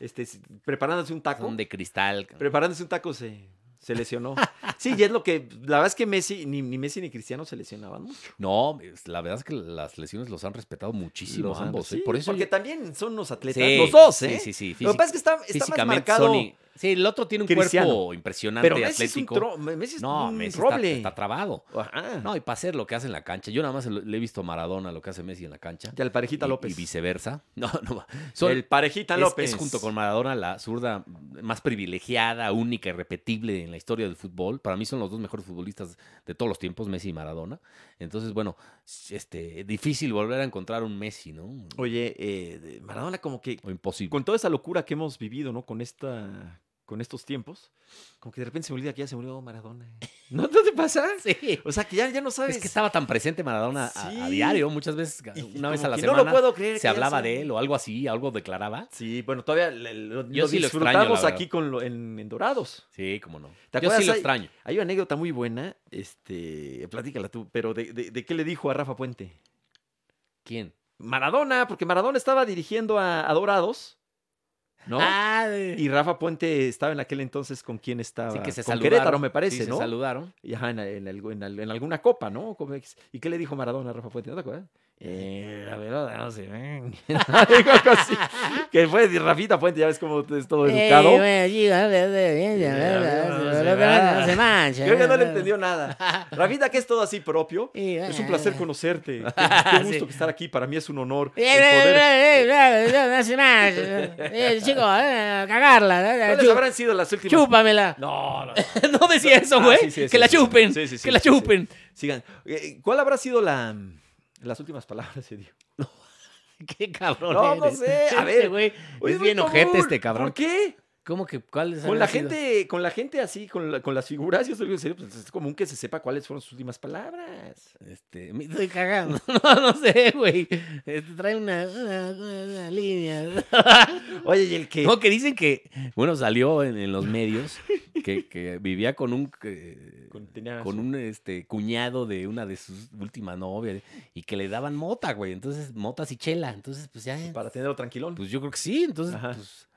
Speaker 1: Este, s- preparándose un taco.
Speaker 2: Son de cristal.
Speaker 1: Preparándose un taco se, se lesionó. sí, y es lo que. La verdad es que Messi, ni, ni Messi ni Cristiano se lesionaban mucho.
Speaker 2: No, es- la verdad es que las lesiones los han respetado muchísimo
Speaker 1: Los
Speaker 2: ambos.
Speaker 1: ambos,
Speaker 2: ¿eh?
Speaker 1: sí,
Speaker 2: Por eso
Speaker 1: porque
Speaker 2: yo-
Speaker 1: también son unos atletas.
Speaker 2: Sí,
Speaker 1: los dos, ¿eh?
Speaker 2: Sí, sí, sí.
Speaker 1: Lo que
Speaker 2: físic-
Speaker 1: pasa es que está, está más
Speaker 2: físicamente
Speaker 1: marcado.
Speaker 2: Sony- Sí, el otro tiene un
Speaker 1: Cristiano.
Speaker 2: cuerpo impresionante,
Speaker 1: Pero Messi es, un
Speaker 2: atlético.
Speaker 1: tro- Messi es
Speaker 2: no,
Speaker 1: un
Speaker 2: Messi está,
Speaker 1: roble.
Speaker 2: está trabado.
Speaker 1: Ajá.
Speaker 2: No, y para hacer lo que hace en la cancha. Yo nada más le he visto a Maradona lo que hace Messi en la cancha.
Speaker 1: Y al parejita
Speaker 2: y,
Speaker 1: López.
Speaker 2: y viceversa. No, no. son-
Speaker 1: el parejita
Speaker 2: es,
Speaker 1: López.
Speaker 2: es junto con Maradona la zurda más privilegiada, única y repetible en la historia del fútbol. Para mí son los dos mejores futbolistas de todos los tiempos, Messi y Maradona. Entonces, bueno, este, difícil volver a encontrar un Messi, ¿no?
Speaker 1: Oye, eh, de- Maradona como que
Speaker 2: O imposible.
Speaker 1: con toda esa locura que hemos vivido, ¿no? Con esta con estos tiempos, como que de repente se me olvida que ya se murió Maradona. ¿No, ¿No te pasa?
Speaker 2: ¿eh? Sí.
Speaker 1: O sea, que ya, ya no sabes.
Speaker 2: Es que estaba tan presente Maradona a- a,
Speaker 1: Sí.
Speaker 2: diario, muchas veces,
Speaker 1: Y- y
Speaker 2: una vez
Speaker 1: como
Speaker 2: a la
Speaker 1: que
Speaker 2: semana,
Speaker 1: No lo puedo creer. que
Speaker 2: se
Speaker 1: ya
Speaker 2: hablaba
Speaker 1: se-
Speaker 2: de él o algo así, algo declaraba.
Speaker 1: Sí, bueno, todavía le- lo,
Speaker 2: Yo
Speaker 1: lo
Speaker 2: sí lo extraño, la
Speaker 1: disfrutamos
Speaker 2: verdad.
Speaker 1: aquí con lo- en, en Dorados.
Speaker 2: Sí, cómo no.
Speaker 1: ¿Te
Speaker 2: Yo sí
Speaker 1: acuerdas?
Speaker 2: lo
Speaker 1: Hay-
Speaker 2: extraño.
Speaker 1: Hay una anécdota muy buena, este, platícala tú, pero de, de- de qué le dijo a Rafa Puente?
Speaker 2: ¿Quién?
Speaker 1: Maradona, porque Maradona estaba dirigiendo a, a Dorados, ¿no?
Speaker 2: Ah, de-
Speaker 1: Y Rafa Puente estaba en aquel entonces con quién estaba.
Speaker 2: sí, que se
Speaker 1: con
Speaker 2: saludaron.
Speaker 1: Querétaro, me parece,
Speaker 2: Sí,
Speaker 1: ¿no?
Speaker 2: se saludaron.
Speaker 1: Y, ajá, en, en algo- en al- en alguna copa, ¿no? Como ex- ¿Y qué le dijo Maradona a Rafa Puente? ¿No te acuerdas? Eh, la verdad, no sé. Dijo ¿eh? algo así. Que fue de Rafita Puente, ya ves cómo es todo
Speaker 2: Eh,
Speaker 1: educado. Creo que no le entendió nada. Rafita, que es todo así propio. Es un placer conocerte. Qué, qué
Speaker 2: Sí. Eh,
Speaker 1: gusto que estar aquí. Para mí es un honor. el poder- ¿Cuáles
Speaker 3: cagarla.
Speaker 1: habrán sido las últimas?
Speaker 3: Chúpamela.
Speaker 1: No, no.
Speaker 2: no decía eso,
Speaker 1: Ah,
Speaker 2: güey.
Speaker 1: sí, sí,
Speaker 2: que
Speaker 1: sí,
Speaker 2: la
Speaker 1: sí, sí.
Speaker 2: chupen.
Speaker 1: Sí, sí, sí,
Speaker 2: que la
Speaker 1: sí, sí.
Speaker 2: chupen.
Speaker 1: Sigan. Eh, ¿Cuál habrá sido la, las últimas palabras que dijo?
Speaker 2: Qué cabrón.
Speaker 1: No, no
Speaker 2: eres.
Speaker 1: sé, a
Speaker 2: Este
Speaker 1: ver.
Speaker 2: güey,
Speaker 1: Oye,
Speaker 2: es
Speaker 1: muy
Speaker 2: bien ojete
Speaker 1: común.
Speaker 2: este cabrón.
Speaker 1: ¿Por qué?
Speaker 2: ¿Cómo que cuál es
Speaker 1: Con la gente, con la gente así, con, la- con las figuras, yo estoy en serio, pues es común que se sepa cuáles fueron sus últimas palabras.
Speaker 2: Este, me estoy cagando. No, no sé, güey. Este, trae una, una- una línea.
Speaker 1: Oye, y el que.
Speaker 2: No, que dicen que, bueno, salió en, en los medios que, que vivía con un eh,
Speaker 1: Con- tenía
Speaker 2: con
Speaker 1: su-
Speaker 2: un este cuñado de una de sus últimas novias y que le daban mota, güey. Entonces, motas y chela. Entonces, pues ya.
Speaker 1: Para tenerlo tranquilón.
Speaker 2: Pues yo creo que sí. Entonces,
Speaker 1: Ajá.
Speaker 2: pues.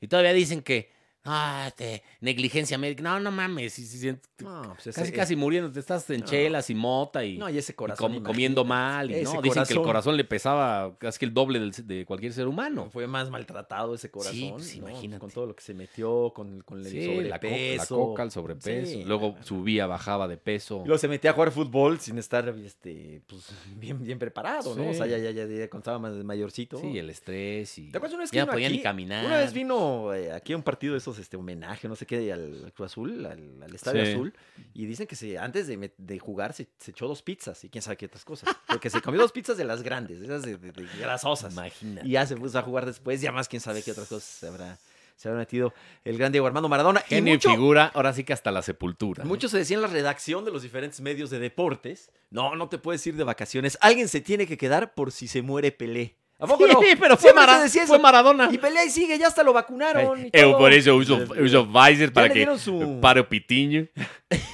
Speaker 2: Y todavía dicen que. Ah, este, negligencia médica. No, no mames. sí, sí, sí,
Speaker 1: no, pues ese-
Speaker 2: casi, casi muriendo. Te estás en
Speaker 1: No.
Speaker 2: chelas y mota y.
Speaker 1: No, y ese
Speaker 2: y
Speaker 1: corazón.
Speaker 2: com- comiendo mal. Y,
Speaker 1: Ese
Speaker 2: no, dicen que el
Speaker 1: corazón.
Speaker 2: corazón le pesaba casi que el doble del- de cualquier ser humano.
Speaker 1: No. Fue más maltratado ese corazón.
Speaker 2: pues,
Speaker 1: ¿no?
Speaker 2: imagínate.
Speaker 1: Con todo lo que se metió, con, con el
Speaker 2: Sí, la, co-
Speaker 1: sobrepeso.
Speaker 2: la coca, el sobrepeso.
Speaker 1: Sí, no
Speaker 2: Luego
Speaker 1: mames.
Speaker 2: subía, bajaba de peso.
Speaker 1: Y Luego se metía a jugar fútbol sin estar este, pues, bien, bien preparado, ¿no? O sea,
Speaker 2: Sí.
Speaker 1: ya, ya, ya, ya cuando estaba más mayorcito.
Speaker 2: Sí, el estrés. Y
Speaker 1: ¿Te acuerdas una vez que
Speaker 2: ya no
Speaker 1: vino
Speaker 2: podía
Speaker 1: aquí?
Speaker 2: ni caminar.
Speaker 1: Una vez vino eh, aquí a un partido de esos, este, homenaje, no sé qué, al, al Cruz Azul, al, al Estadio
Speaker 2: Sí.
Speaker 1: Azul, y dicen que se, antes de, met- de jugar se, se echó dos pizzas y quién sabe qué otras cosas. Porque se comió dos pizzas de las grandes, esas de, de- de grasosas.
Speaker 2: Imagínate.
Speaker 1: Y ya se puso a jugar después, y además quién sabe qué otras cosas habrá. se había metido el gran Diego Armando Maradona.
Speaker 2: Genio
Speaker 1: y
Speaker 2: y
Speaker 1: mucho,
Speaker 2: figura, ¿eh? ahora sí que hasta la sepultura. ¿no?
Speaker 1: mucho se decía en la redacción de los diferentes medios de deportes, no, no te puedes ir de vacaciones, alguien se tiene que quedar por si se muere Pelé. ¿A poco no?
Speaker 2: Sí, pero fue,
Speaker 1: Siempre
Speaker 2: Mara-
Speaker 1: se decía
Speaker 2: fue
Speaker 1: eso.
Speaker 2: Maradona.
Speaker 1: Y Pelé ahí sigue, ya hasta lo vacunaron. y
Speaker 2: Eh,
Speaker 1: todo.
Speaker 2: por eso uso,
Speaker 1: Eh,
Speaker 2: uso Pfizer para
Speaker 1: le
Speaker 2: que eh,
Speaker 1: dieron su-
Speaker 2: pare o pitiño.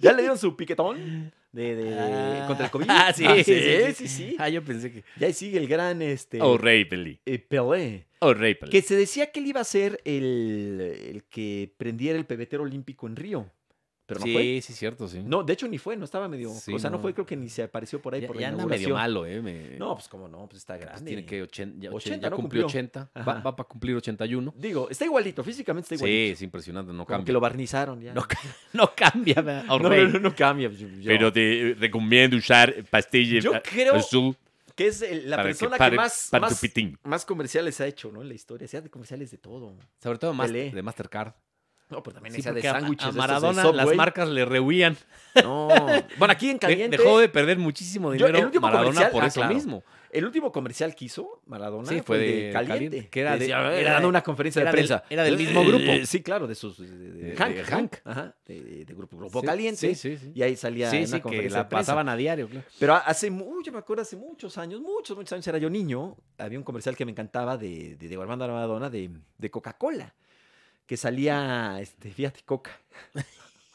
Speaker 1: ¿Ya le dieron su piquetón? De, de- de- contra el COVID.
Speaker 2: Ah, sí, sí, sí,
Speaker 1: sí, sí.
Speaker 2: Ah, yo pensé que.
Speaker 1: Y ahí sigue el gran este,
Speaker 2: O Rey Pelé.
Speaker 1: eh, Pelé.
Speaker 2: O Rey Pelé.
Speaker 1: Que se decía que él iba a ser el, el que prendiera el pebetero olímpico en Río. Pero no
Speaker 2: sí,
Speaker 1: fue.
Speaker 2: sí, cierto, sí.
Speaker 1: No, de hecho ni fue, no estaba medio.
Speaker 2: Sí,
Speaker 1: o sea, no.
Speaker 2: no.
Speaker 1: fue, creo que ni se apareció por ahí
Speaker 2: ya,
Speaker 1: por
Speaker 2: ya
Speaker 1: la
Speaker 2: anda medio
Speaker 1: inauguración.
Speaker 2: malo, ¿eh? me-
Speaker 1: No, pues cómo no, pues está
Speaker 2: pues
Speaker 1: grande.
Speaker 2: tiene que 80, ya,
Speaker 1: 80,
Speaker 2: ya
Speaker 1: ¿no?
Speaker 2: cumplió
Speaker 1: Cumplió.
Speaker 2: 80. Va,
Speaker 1: Ajá.
Speaker 2: va para cumplir 81.
Speaker 1: Digo, está igualito, físicamente está
Speaker 2: Sí,
Speaker 1: igualito.
Speaker 2: es impresionante, no
Speaker 1: Como que
Speaker 2: cambia.
Speaker 1: lo barnizaron ya.
Speaker 2: No, ca- no cambia, ¿verdad? O
Speaker 1: no, no,
Speaker 2: Rey.
Speaker 1: no, no cambia. Yo, yo-
Speaker 2: Pero te eh, recomiendo usar pastillas
Speaker 1: Yo
Speaker 2: a-
Speaker 1: creo
Speaker 2: azul
Speaker 1: que es el- la
Speaker 2: para
Speaker 1: persona que,
Speaker 2: pare-
Speaker 1: más,
Speaker 2: para
Speaker 1: más,
Speaker 2: tu pitín.
Speaker 1: más comerciales ha hecho, ¿no? En la historia. Se hace comerciales de todo.
Speaker 2: Sobre todo más
Speaker 1: Pelé.
Speaker 2: de Mastercard.
Speaker 1: No, pero también
Speaker 2: Sí,
Speaker 1: esa de
Speaker 2: porque a-
Speaker 1: sándwiches.
Speaker 2: A
Speaker 1: estos de
Speaker 2: Maradona las
Speaker 1: Subway.
Speaker 2: marcas le rehuían.
Speaker 1: No. Bueno, aquí en
Speaker 2: De-
Speaker 1: Caliente.
Speaker 2: Eh, Dejó de perder muchísimo
Speaker 1: Yo, el
Speaker 2: dinero
Speaker 1: último
Speaker 2: Maradona
Speaker 1: comercial-
Speaker 2: por
Speaker 1: ah,
Speaker 2: eso
Speaker 1: claro.
Speaker 2: mismo.
Speaker 1: El último comercial que hizo Maradona
Speaker 2: Sí,
Speaker 1: fue, el de Caliente,
Speaker 2: que era de-
Speaker 1: Decía,
Speaker 2: era
Speaker 1: era
Speaker 2: de-
Speaker 1: dando una conferencia
Speaker 2: era
Speaker 1: de
Speaker 2: del-
Speaker 1: prensa. Eh,
Speaker 2: era del mismo grupo.
Speaker 1: Sí, claro, de sus de, de- de
Speaker 2: De-
Speaker 1: Hank,
Speaker 2: de
Speaker 1: Hank,
Speaker 2: Hank.
Speaker 1: ajá, de, de- de grupo, grupo
Speaker 2: Sí,
Speaker 1: Caliente.
Speaker 2: Sí, sí, sí.
Speaker 1: Y ahí salía
Speaker 2: Sí,
Speaker 1: en
Speaker 2: sí,
Speaker 1: una
Speaker 2: que
Speaker 1: conferencia
Speaker 2: la
Speaker 1: de prensa.
Speaker 2: pasaban a diario. claro.
Speaker 1: Pero hace mucho, me acuerdo, hace muchos años, muchos, muchos años, era yo niño, había un comercial que me encantaba de, de Diego Armando Maradona de, de Coca-Cola, que salía, este, fíjate, Coca.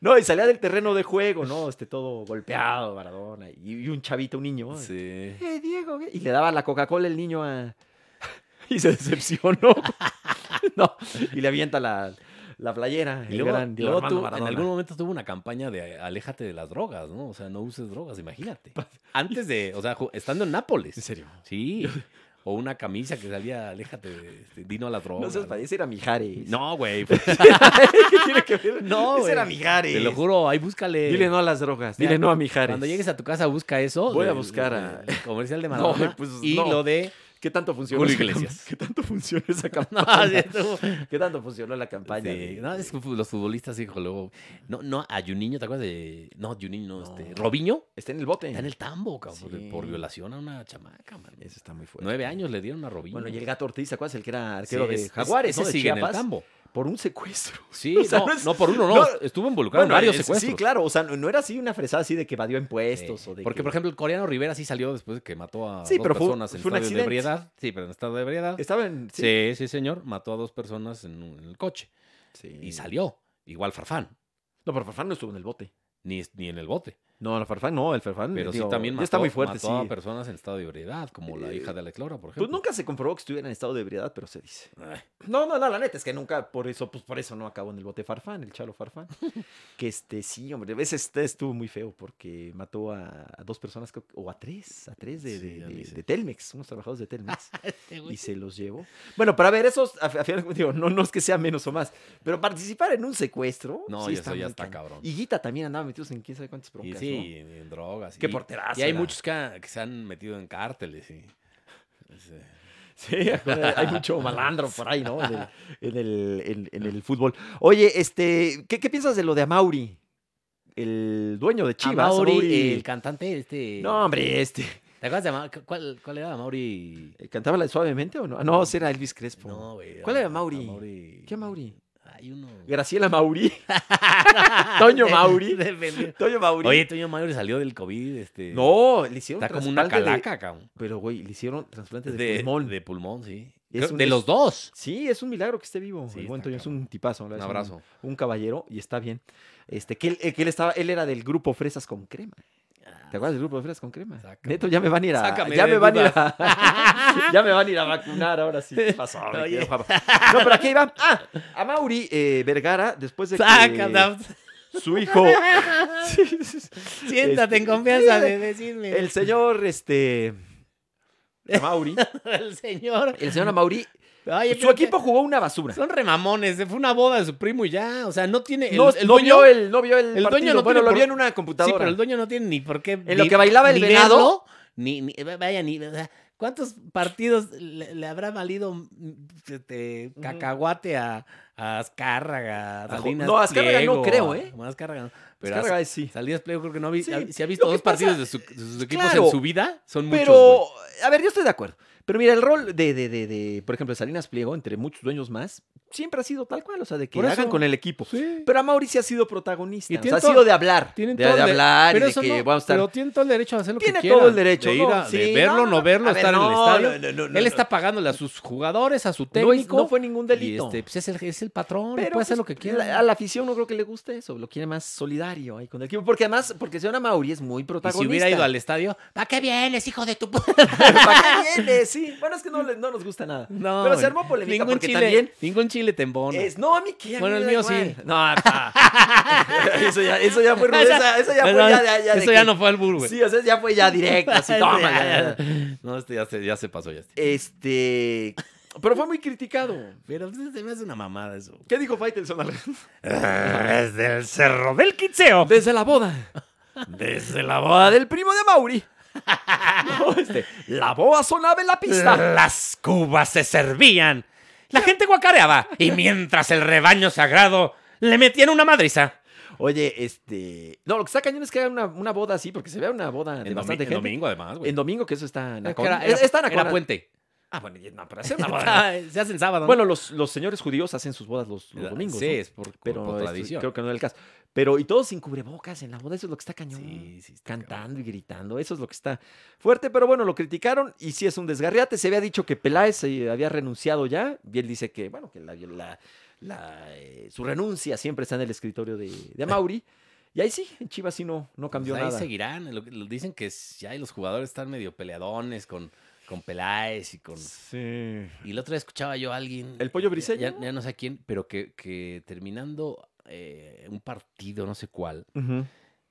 Speaker 1: No, y salía del terreno de juego, ¿no? Este, todo golpeado, Maradona, y, y un chavito, un niño.
Speaker 2: Sí.
Speaker 1: "Eh, Diego, eh", y le daba la Coca-Cola el niño a... Y se decepcionó. no, y le avienta la, la playera.
Speaker 2: Y
Speaker 1: el
Speaker 2: luego,
Speaker 1: gran Diego
Speaker 2: luego
Speaker 1: Armando
Speaker 2: tuvo- en
Speaker 1: Maradona.
Speaker 2: algún momento tuvo una campaña de eh, aléjate de las drogas, ¿no? O sea, no uses drogas, imagínate. Antes de, o sea, ju- estando en
Speaker 1: En
Speaker 2: Nápoles.
Speaker 1: serio.
Speaker 2: Sí. O una camisa que salía, aléjate, de, este, dino a las drogas.
Speaker 1: No se
Speaker 2: ¿no?
Speaker 1: parece, era Mijares.
Speaker 2: No, güey.
Speaker 1: ¿Qué tiene que ver?
Speaker 2: No,
Speaker 1: Ese
Speaker 2: güey.
Speaker 1: era Mijares.
Speaker 2: Te lo juro, ahí búscale.
Speaker 1: Dile no a las drogas.
Speaker 2: Mira,
Speaker 1: Dile no a Mijares.
Speaker 2: Cuando llegues a tu casa, busca eso.
Speaker 1: Voy a
Speaker 2: del-
Speaker 1: buscar a-
Speaker 2: del comercial de Maradona
Speaker 1: pues,
Speaker 2: y
Speaker 1: no.
Speaker 2: lo de.
Speaker 1: ¿Qué tanto funcionó?
Speaker 2: Julio
Speaker 1: esa cam-
Speaker 2: Iglesias.
Speaker 1: ¿Qué tanto funcionó esa
Speaker 2: No,
Speaker 1: campaña?
Speaker 2: sí, estuvo-
Speaker 1: ¿Qué tanto funcionó la campaña?
Speaker 2: sí,
Speaker 1: de-
Speaker 2: no, es que fu- los futbolistas, hijo, luego. No, no, a Juninho, ¿te acuerdas de.? No, Juninho, no,
Speaker 1: No.
Speaker 2: este. Robinho
Speaker 1: Está en el bote.
Speaker 2: está en el tambo, cabrón, por-
Speaker 1: Sí.
Speaker 2: por violación a una chamaca, man.
Speaker 1: Eso está muy fuerte.
Speaker 2: Nueve años le dieron a Robinho.
Speaker 1: pues. Bueno, y el gato Ortiz, ¿te acuerdas? El que era
Speaker 2: Sí,
Speaker 1: arquero de
Speaker 2: es-
Speaker 1: Jaguares,
Speaker 2: ese
Speaker 1: ¿no? De
Speaker 2: sigue en el
Speaker 1: Chiapas,
Speaker 2: tambo.
Speaker 1: Por un secuestro.
Speaker 2: Sí,
Speaker 1: O sea,
Speaker 2: no,
Speaker 1: no es-
Speaker 2: no, por uno no.
Speaker 1: no.
Speaker 2: Estuvo involucrado en varios
Speaker 1: es-
Speaker 2: secuestros.
Speaker 1: Sí, claro. O sea, no, no era así una fresada así de que evadió impuestos
Speaker 2: Sí,
Speaker 1: o de
Speaker 2: Porque,
Speaker 1: que-
Speaker 2: por ejemplo, el coreano Rivera sí salió después de que mató a
Speaker 1: Sí,
Speaker 2: dos
Speaker 1: pero fue-
Speaker 2: personas en
Speaker 1: fue un
Speaker 2: estado de
Speaker 1: accidente.
Speaker 2: ebriedad. Sí, pero en estado de ebriedad.
Speaker 1: Estaba en...
Speaker 2: Sí.
Speaker 1: Sí.
Speaker 2: sí, señor. Mató a dos personas en, un- en el coche. Y salió. Igual Farfán.
Speaker 1: No, pero Farfán no estuvo en el bote.
Speaker 2: Ni, ni en el bote.
Speaker 1: No, el Farfán no, el Farfán...
Speaker 2: Pero
Speaker 1: Mm, digo,
Speaker 2: sí también
Speaker 1: ya
Speaker 2: mató,
Speaker 1: está muy fuerte,
Speaker 2: mató a
Speaker 1: sí.
Speaker 2: personas en estado de ebriedad, como la
Speaker 1: Eh,
Speaker 2: hija de Alex Lora, por
Speaker 1: Pues
Speaker 2: ejemplo.
Speaker 1: nunca se comprobó que estuviera en estado de ebriedad, pero se dice.
Speaker 2: Ay,
Speaker 1: No, no, no, la neta es que nunca, por eso, pues por eso no acabó en el bote Farfán, el Chalo Farfán. que este, sí, hombre, a veces este estuvo muy feo porque mató a, a dos personas, creo que- o a tres, a tres de,
Speaker 2: Sí,
Speaker 1: de-
Speaker 2: ya
Speaker 1: de-
Speaker 2: ni sé.
Speaker 1: de Telmex, unos trabajadores de Telmex,
Speaker 2: güey.
Speaker 1: y se los llevó. Bueno, para ver, esos, a, a final de cuentas, digo, no, no es que sea menos o más, pero participar en un secuestro.
Speaker 2: No,
Speaker 1: sí
Speaker 2: y eso ya
Speaker 1: muy
Speaker 2: está cabrón.
Speaker 1: Y Guita también andaba metidos en quién sabe cuántas
Speaker 2: y
Speaker 1: broncas,
Speaker 2: sí, en, en drogas.
Speaker 1: Qué
Speaker 2: y,
Speaker 1: porterazo
Speaker 2: Y hay
Speaker 1: era.
Speaker 2: muchos que, que se han metido en cárteles. Y, Sí.
Speaker 1: ¿no? Sí, hay mucho malandro por ahí, ¿no? En el, en el- en- en el fútbol. Oye, este, ¿qué, qué piensas de lo de Amauri? El dueño de Chivas.
Speaker 2: Amaury,
Speaker 1: Amauri.
Speaker 2: el cantante, este...
Speaker 1: No, hombre, este.
Speaker 2: ¿Te acuerdas de Ama- cu- ¿Cuál, cuál era Mauri?
Speaker 1: ¿Cantaba la de suavemente o no? Ah, No, ese era Elvis Crespo.
Speaker 2: No, güey.
Speaker 1: ¿Cuál era
Speaker 2: Ama-
Speaker 1: Mauri?
Speaker 2: Amauri-
Speaker 1: ¿Qué Mauri?
Speaker 2: Hay uno.
Speaker 1: Graciela Mauri. Toño Mauri.
Speaker 2: Depende.
Speaker 1: Toño Mauri.
Speaker 2: Oye, Toño Mauri salió del COVID, este...
Speaker 1: no, le hicieron.
Speaker 2: Está como una
Speaker 1: trasplante de-
Speaker 2: calaca, cabrón.
Speaker 1: pero, güey, le hicieron trasplante de,
Speaker 2: De
Speaker 1: pulmón.
Speaker 2: De pulmón, sí.
Speaker 1: Es
Speaker 2: Creo-
Speaker 1: un-
Speaker 2: de
Speaker 1: es-
Speaker 2: los dos.
Speaker 1: Sí, es un milagro que esté vivo.
Speaker 2: Sí,
Speaker 1: el buen
Speaker 2: está
Speaker 1: Toño es
Speaker 2: cabrón.
Speaker 1: un tipazo. la
Speaker 2: Un
Speaker 1: verdad, es
Speaker 2: abrazo.
Speaker 1: Un, caballero y está bien. Este, que él, eh, que él estaba, él era del grupo Fresas con Crema. ¿Te acuerdas del grupo de fresas con crema?
Speaker 2: Ah, Sácame.
Speaker 1: Neto, ya me van a ir a.
Speaker 2: Sácame
Speaker 1: ya
Speaker 2: de
Speaker 1: me van a ir a. ya me van a ir a vacunar ahora sí. ¿Qué pasó? mi
Speaker 2: Oye.
Speaker 1: querido Juanpa? No, pero aquí va. Ah, a Mauri eh, Vergara, después de que
Speaker 2: Ah, Sácala.
Speaker 1: su hijo.
Speaker 2: Siéntate en
Speaker 1: Este,
Speaker 2: confianza
Speaker 1: sí,
Speaker 2: de decirme.
Speaker 1: El señor, este. a Mauri.
Speaker 2: El señor.
Speaker 1: El señor Mauri.
Speaker 2: Oye,
Speaker 1: Su
Speaker 2: pero
Speaker 1: equipo jugó una
Speaker 2: que-
Speaker 1: basura.
Speaker 2: Son remamones. eh, Fue una boda de su primo y ya. O sea, no tiene. El,
Speaker 1: no,
Speaker 2: el
Speaker 1: no
Speaker 2: dueño-
Speaker 1: vio el, no vio el,
Speaker 2: el dueño
Speaker 1: partido.
Speaker 2: no
Speaker 1: bueno, lo
Speaker 2: tiene por-
Speaker 1: vio en una
Speaker 2: Sí,
Speaker 1: computadora.
Speaker 2: pero el dueño no tiene ni por qué.
Speaker 1: En lo que bailaba el
Speaker 2: ni
Speaker 1: venado.
Speaker 2: verlo, Ni, ni- vaya, ni. o sea, ¿Cuántos partidos le, le habrá valido mm, este, cacahuate a, a Azcárraga, a
Speaker 1: A Jo-
Speaker 2: Salinas
Speaker 1: no, a Azcárraga no
Speaker 2: Pliego,
Speaker 1: creo,
Speaker 2: a-
Speaker 1: ¿eh?
Speaker 2: no, a Azcárraga no. Pero a-
Speaker 1: Azcárraga es sí.
Speaker 2: Salinas Pliego creo que no ha visto.
Speaker 1: Sí.
Speaker 2: Si ha visto
Speaker 1: Lo que
Speaker 2: dos partidos
Speaker 1: pasa-
Speaker 2: de, su- de sus equipos
Speaker 1: Claro.
Speaker 2: en su vida, son muchos.
Speaker 1: Pero,
Speaker 2: güey.
Speaker 1: a ver, yo estoy de acuerdo. Pero mira, el rol de, de, de, de, por ejemplo, de Salinas Pliego, entre muchos dueños más, siempre ha sido tal cual, o sea, de que
Speaker 2: Por eso.
Speaker 1: hagan con el equipo.
Speaker 2: Sí.
Speaker 1: Pero a Mauricio ha sido protagonista.
Speaker 2: Y
Speaker 1: o sea,
Speaker 2: tienen
Speaker 1: ha
Speaker 2: todo-
Speaker 1: sido de hablar. De,
Speaker 2: Tienen
Speaker 1: de
Speaker 2: todo el de-
Speaker 1: hablar y
Speaker 2: pero
Speaker 1: de
Speaker 2: eso
Speaker 1: que
Speaker 2: no-
Speaker 1: vamos a estar.
Speaker 2: Pero tiene todo el derecho a hacer lo
Speaker 1: tiene
Speaker 2: que quiera.
Speaker 1: todo el derecho.
Speaker 2: De, ir a-
Speaker 1: ¿no? Sí,
Speaker 2: de verlo, no,
Speaker 1: no,
Speaker 2: verlo,
Speaker 1: a ver,
Speaker 2: estar en el
Speaker 1: no,
Speaker 2: estadio.
Speaker 1: no, no, no,
Speaker 2: Él
Speaker 1: no.
Speaker 2: está pagándole a sus jugadores, a su
Speaker 1: No, es-
Speaker 2: técnico.
Speaker 1: no fue ningún delito.
Speaker 2: Y este, pues es el, es el patrón,
Speaker 1: Pero
Speaker 2: puede
Speaker 1: pues,
Speaker 2: hacer lo que quiera.
Speaker 1: la- a la afición no creo que le guste eso. Lo quiere más solidario ahí con el equipo. Porque además, porque señora Mauri es muy
Speaker 2: Y
Speaker 1: protagonista.
Speaker 2: si hubiera ido al estadio, ¿para qué vienes, hijo de tu puta?
Speaker 1: ¿Para qué viene? Sí. Bueno, es que no, le- no nos gusta nada.
Speaker 2: No,
Speaker 1: Pero se armó polémica
Speaker 2: ningún
Speaker 1: porque
Speaker 2: chile,
Speaker 1: también.
Speaker 2: ningún chile te embona.
Speaker 1: Es, no, a mí que a mí
Speaker 2: Bueno,
Speaker 1: me
Speaker 2: el
Speaker 1: da
Speaker 2: mío
Speaker 1: igual.
Speaker 2: sí. ah,
Speaker 1: No, pa. eso, ya, eso ya fue. Esa, esa ya fue.
Speaker 2: Perdón,
Speaker 1: Ya, ya, ya de
Speaker 2: eso ya
Speaker 1: que-
Speaker 2: no fue al burro, güey.
Speaker 1: Sí, o sea, ya fue ya directo. Así, toma, ya, ya.
Speaker 2: No, este ya se, ya se pasó, ya está.
Speaker 1: Este. Pero fue muy criticado.
Speaker 2: Pero pues, se me hace una mamada eso.
Speaker 1: ¿Qué dijo Faitelson al
Speaker 2: Desde el cerro del quinceo.
Speaker 1: Desde la boda.
Speaker 2: Desde la
Speaker 1: Boda del primo de Mauri. No, este, la boda sonaba en la pista.
Speaker 2: Las cubas se servían. La gente guacareaba. Y mientras el rebaño sagrado le metían una madriza.
Speaker 1: Oye, este. No, lo que está cañón es que hagan una, una boda así, porque se vea una boda de
Speaker 2: En, domi-
Speaker 1: bastante
Speaker 2: en
Speaker 1: gente.
Speaker 2: domingo, además, güey.
Speaker 1: En domingo, Eh, que eso está en
Speaker 2: Es que
Speaker 1: Acona.
Speaker 2: era-
Speaker 1: Es- está en
Speaker 2: era
Speaker 1: Acona.
Speaker 2: puente.
Speaker 1: Ah, bueno, y- no, pero hacer una boda.
Speaker 2: Ah, Se hacen sábado. ¿no?
Speaker 1: bueno, los, los señores judíos hacen sus bodas los, los domingos.
Speaker 2: Sí,
Speaker 1: ¿no?
Speaker 2: es por,
Speaker 1: pero
Speaker 2: por
Speaker 1: esto
Speaker 2: tradición.
Speaker 1: creo que no es el caso. Pero, y todos sin cubrebocas en la boda, eso es lo que está cañón.
Speaker 2: Sí, sí, está cabrón.
Speaker 1: Cantando y gritando, eso es lo que está fuerte, pero bueno, lo criticaron y sí es un desgarriate. Se había dicho que Peláez eh, había renunciado ya, y él dice que, bueno, que la, la- la, eh, su renuncia siempre está en el escritorio de, de Amauri. y ahí sí, en Chivas sí no, no cambió
Speaker 2: Pues ahí
Speaker 1: nada.
Speaker 2: seguirán. Lo que- lo dicen que es- ya y los jugadores están medio peleadones con, con Peláez y con.
Speaker 1: Sí.
Speaker 2: Y la otra vez escuchaba yo a alguien.
Speaker 1: El Pollo
Speaker 2: ya-
Speaker 1: Briseño,
Speaker 2: Ya,
Speaker 1: ¿no?
Speaker 2: ya no sé a quién, pero que, que terminando eh, un partido, no sé cuál,
Speaker 1: Ujú.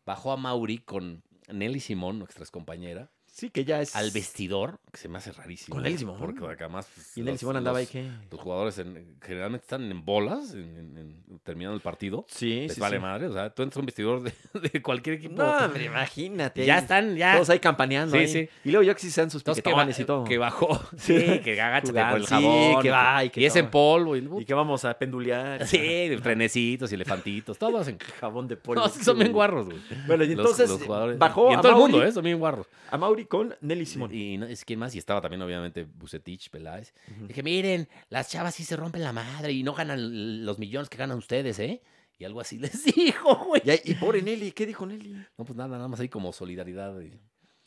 Speaker 2: bajó a Mauri con Nelly Simón, nuestra compañera,
Speaker 1: Sí, que ya es.
Speaker 2: al vestidor, que se me hace rarísimo.
Speaker 1: Con Nelly Simón.
Speaker 2: Porque acá más. pues,
Speaker 1: Y Nelly
Speaker 2: los-
Speaker 1: Simón andaba ahí
Speaker 2: los-
Speaker 1: que.
Speaker 2: Los jugadores en- generalmente están en bolas en- en- en- terminando el partido.
Speaker 1: Sí,
Speaker 2: Les
Speaker 1: sí.
Speaker 2: vale
Speaker 1: sí.
Speaker 2: madre. O sea, tú entras a un vestidor de, de cualquier equipo.
Speaker 1: No, hombre, imagínate.
Speaker 2: y ya
Speaker 1: ahí.
Speaker 2: están, ya.
Speaker 1: Todos ahí campaneando.
Speaker 2: Sí,
Speaker 1: ahí.
Speaker 2: sí.
Speaker 1: Y luego yo que sí sean sus
Speaker 2: Entonces, que, ba-
Speaker 1: piquetones y todo.
Speaker 2: que bajó.
Speaker 1: Sí.
Speaker 2: Sí, que agáchate
Speaker 1: Jugar,
Speaker 2: por el
Speaker 1: sí,
Speaker 2: jabón.
Speaker 1: que va y que
Speaker 2: es en
Speaker 1: toma.
Speaker 2: polvo. Y,
Speaker 1: Y que vamos a pendulear.
Speaker 2: uh. Sí, de trenecitos y elefantitos. Todos en.
Speaker 1: Jabón de polvo.
Speaker 2: No, sí son bien guarros, güey.
Speaker 1: Bueno, y
Speaker 2: Los-
Speaker 1: entonces
Speaker 2: los jugadores.
Speaker 1: bajó
Speaker 2: Y en
Speaker 1: a,
Speaker 2: todo el
Speaker 1: Mauri,
Speaker 2: mundo, ¿eh? Son bien guarros.
Speaker 1: a Mauri con Nelly Simón.
Speaker 2: eh, Y no, es quién más. Y estaba también, obviamente, Bucetich, Peláez.
Speaker 1: Ujú.
Speaker 2: Dije, miren, las chavas sí se rompen la madre y no ganan los millones que ganan ustedes, ¿eh? Y algo así les dijo, güey.
Speaker 1: Y, ahí- y pobre Nelly, ¿qué dijo Nelly?
Speaker 2: No, pues nada, nada más ahí como solidaridad. Y,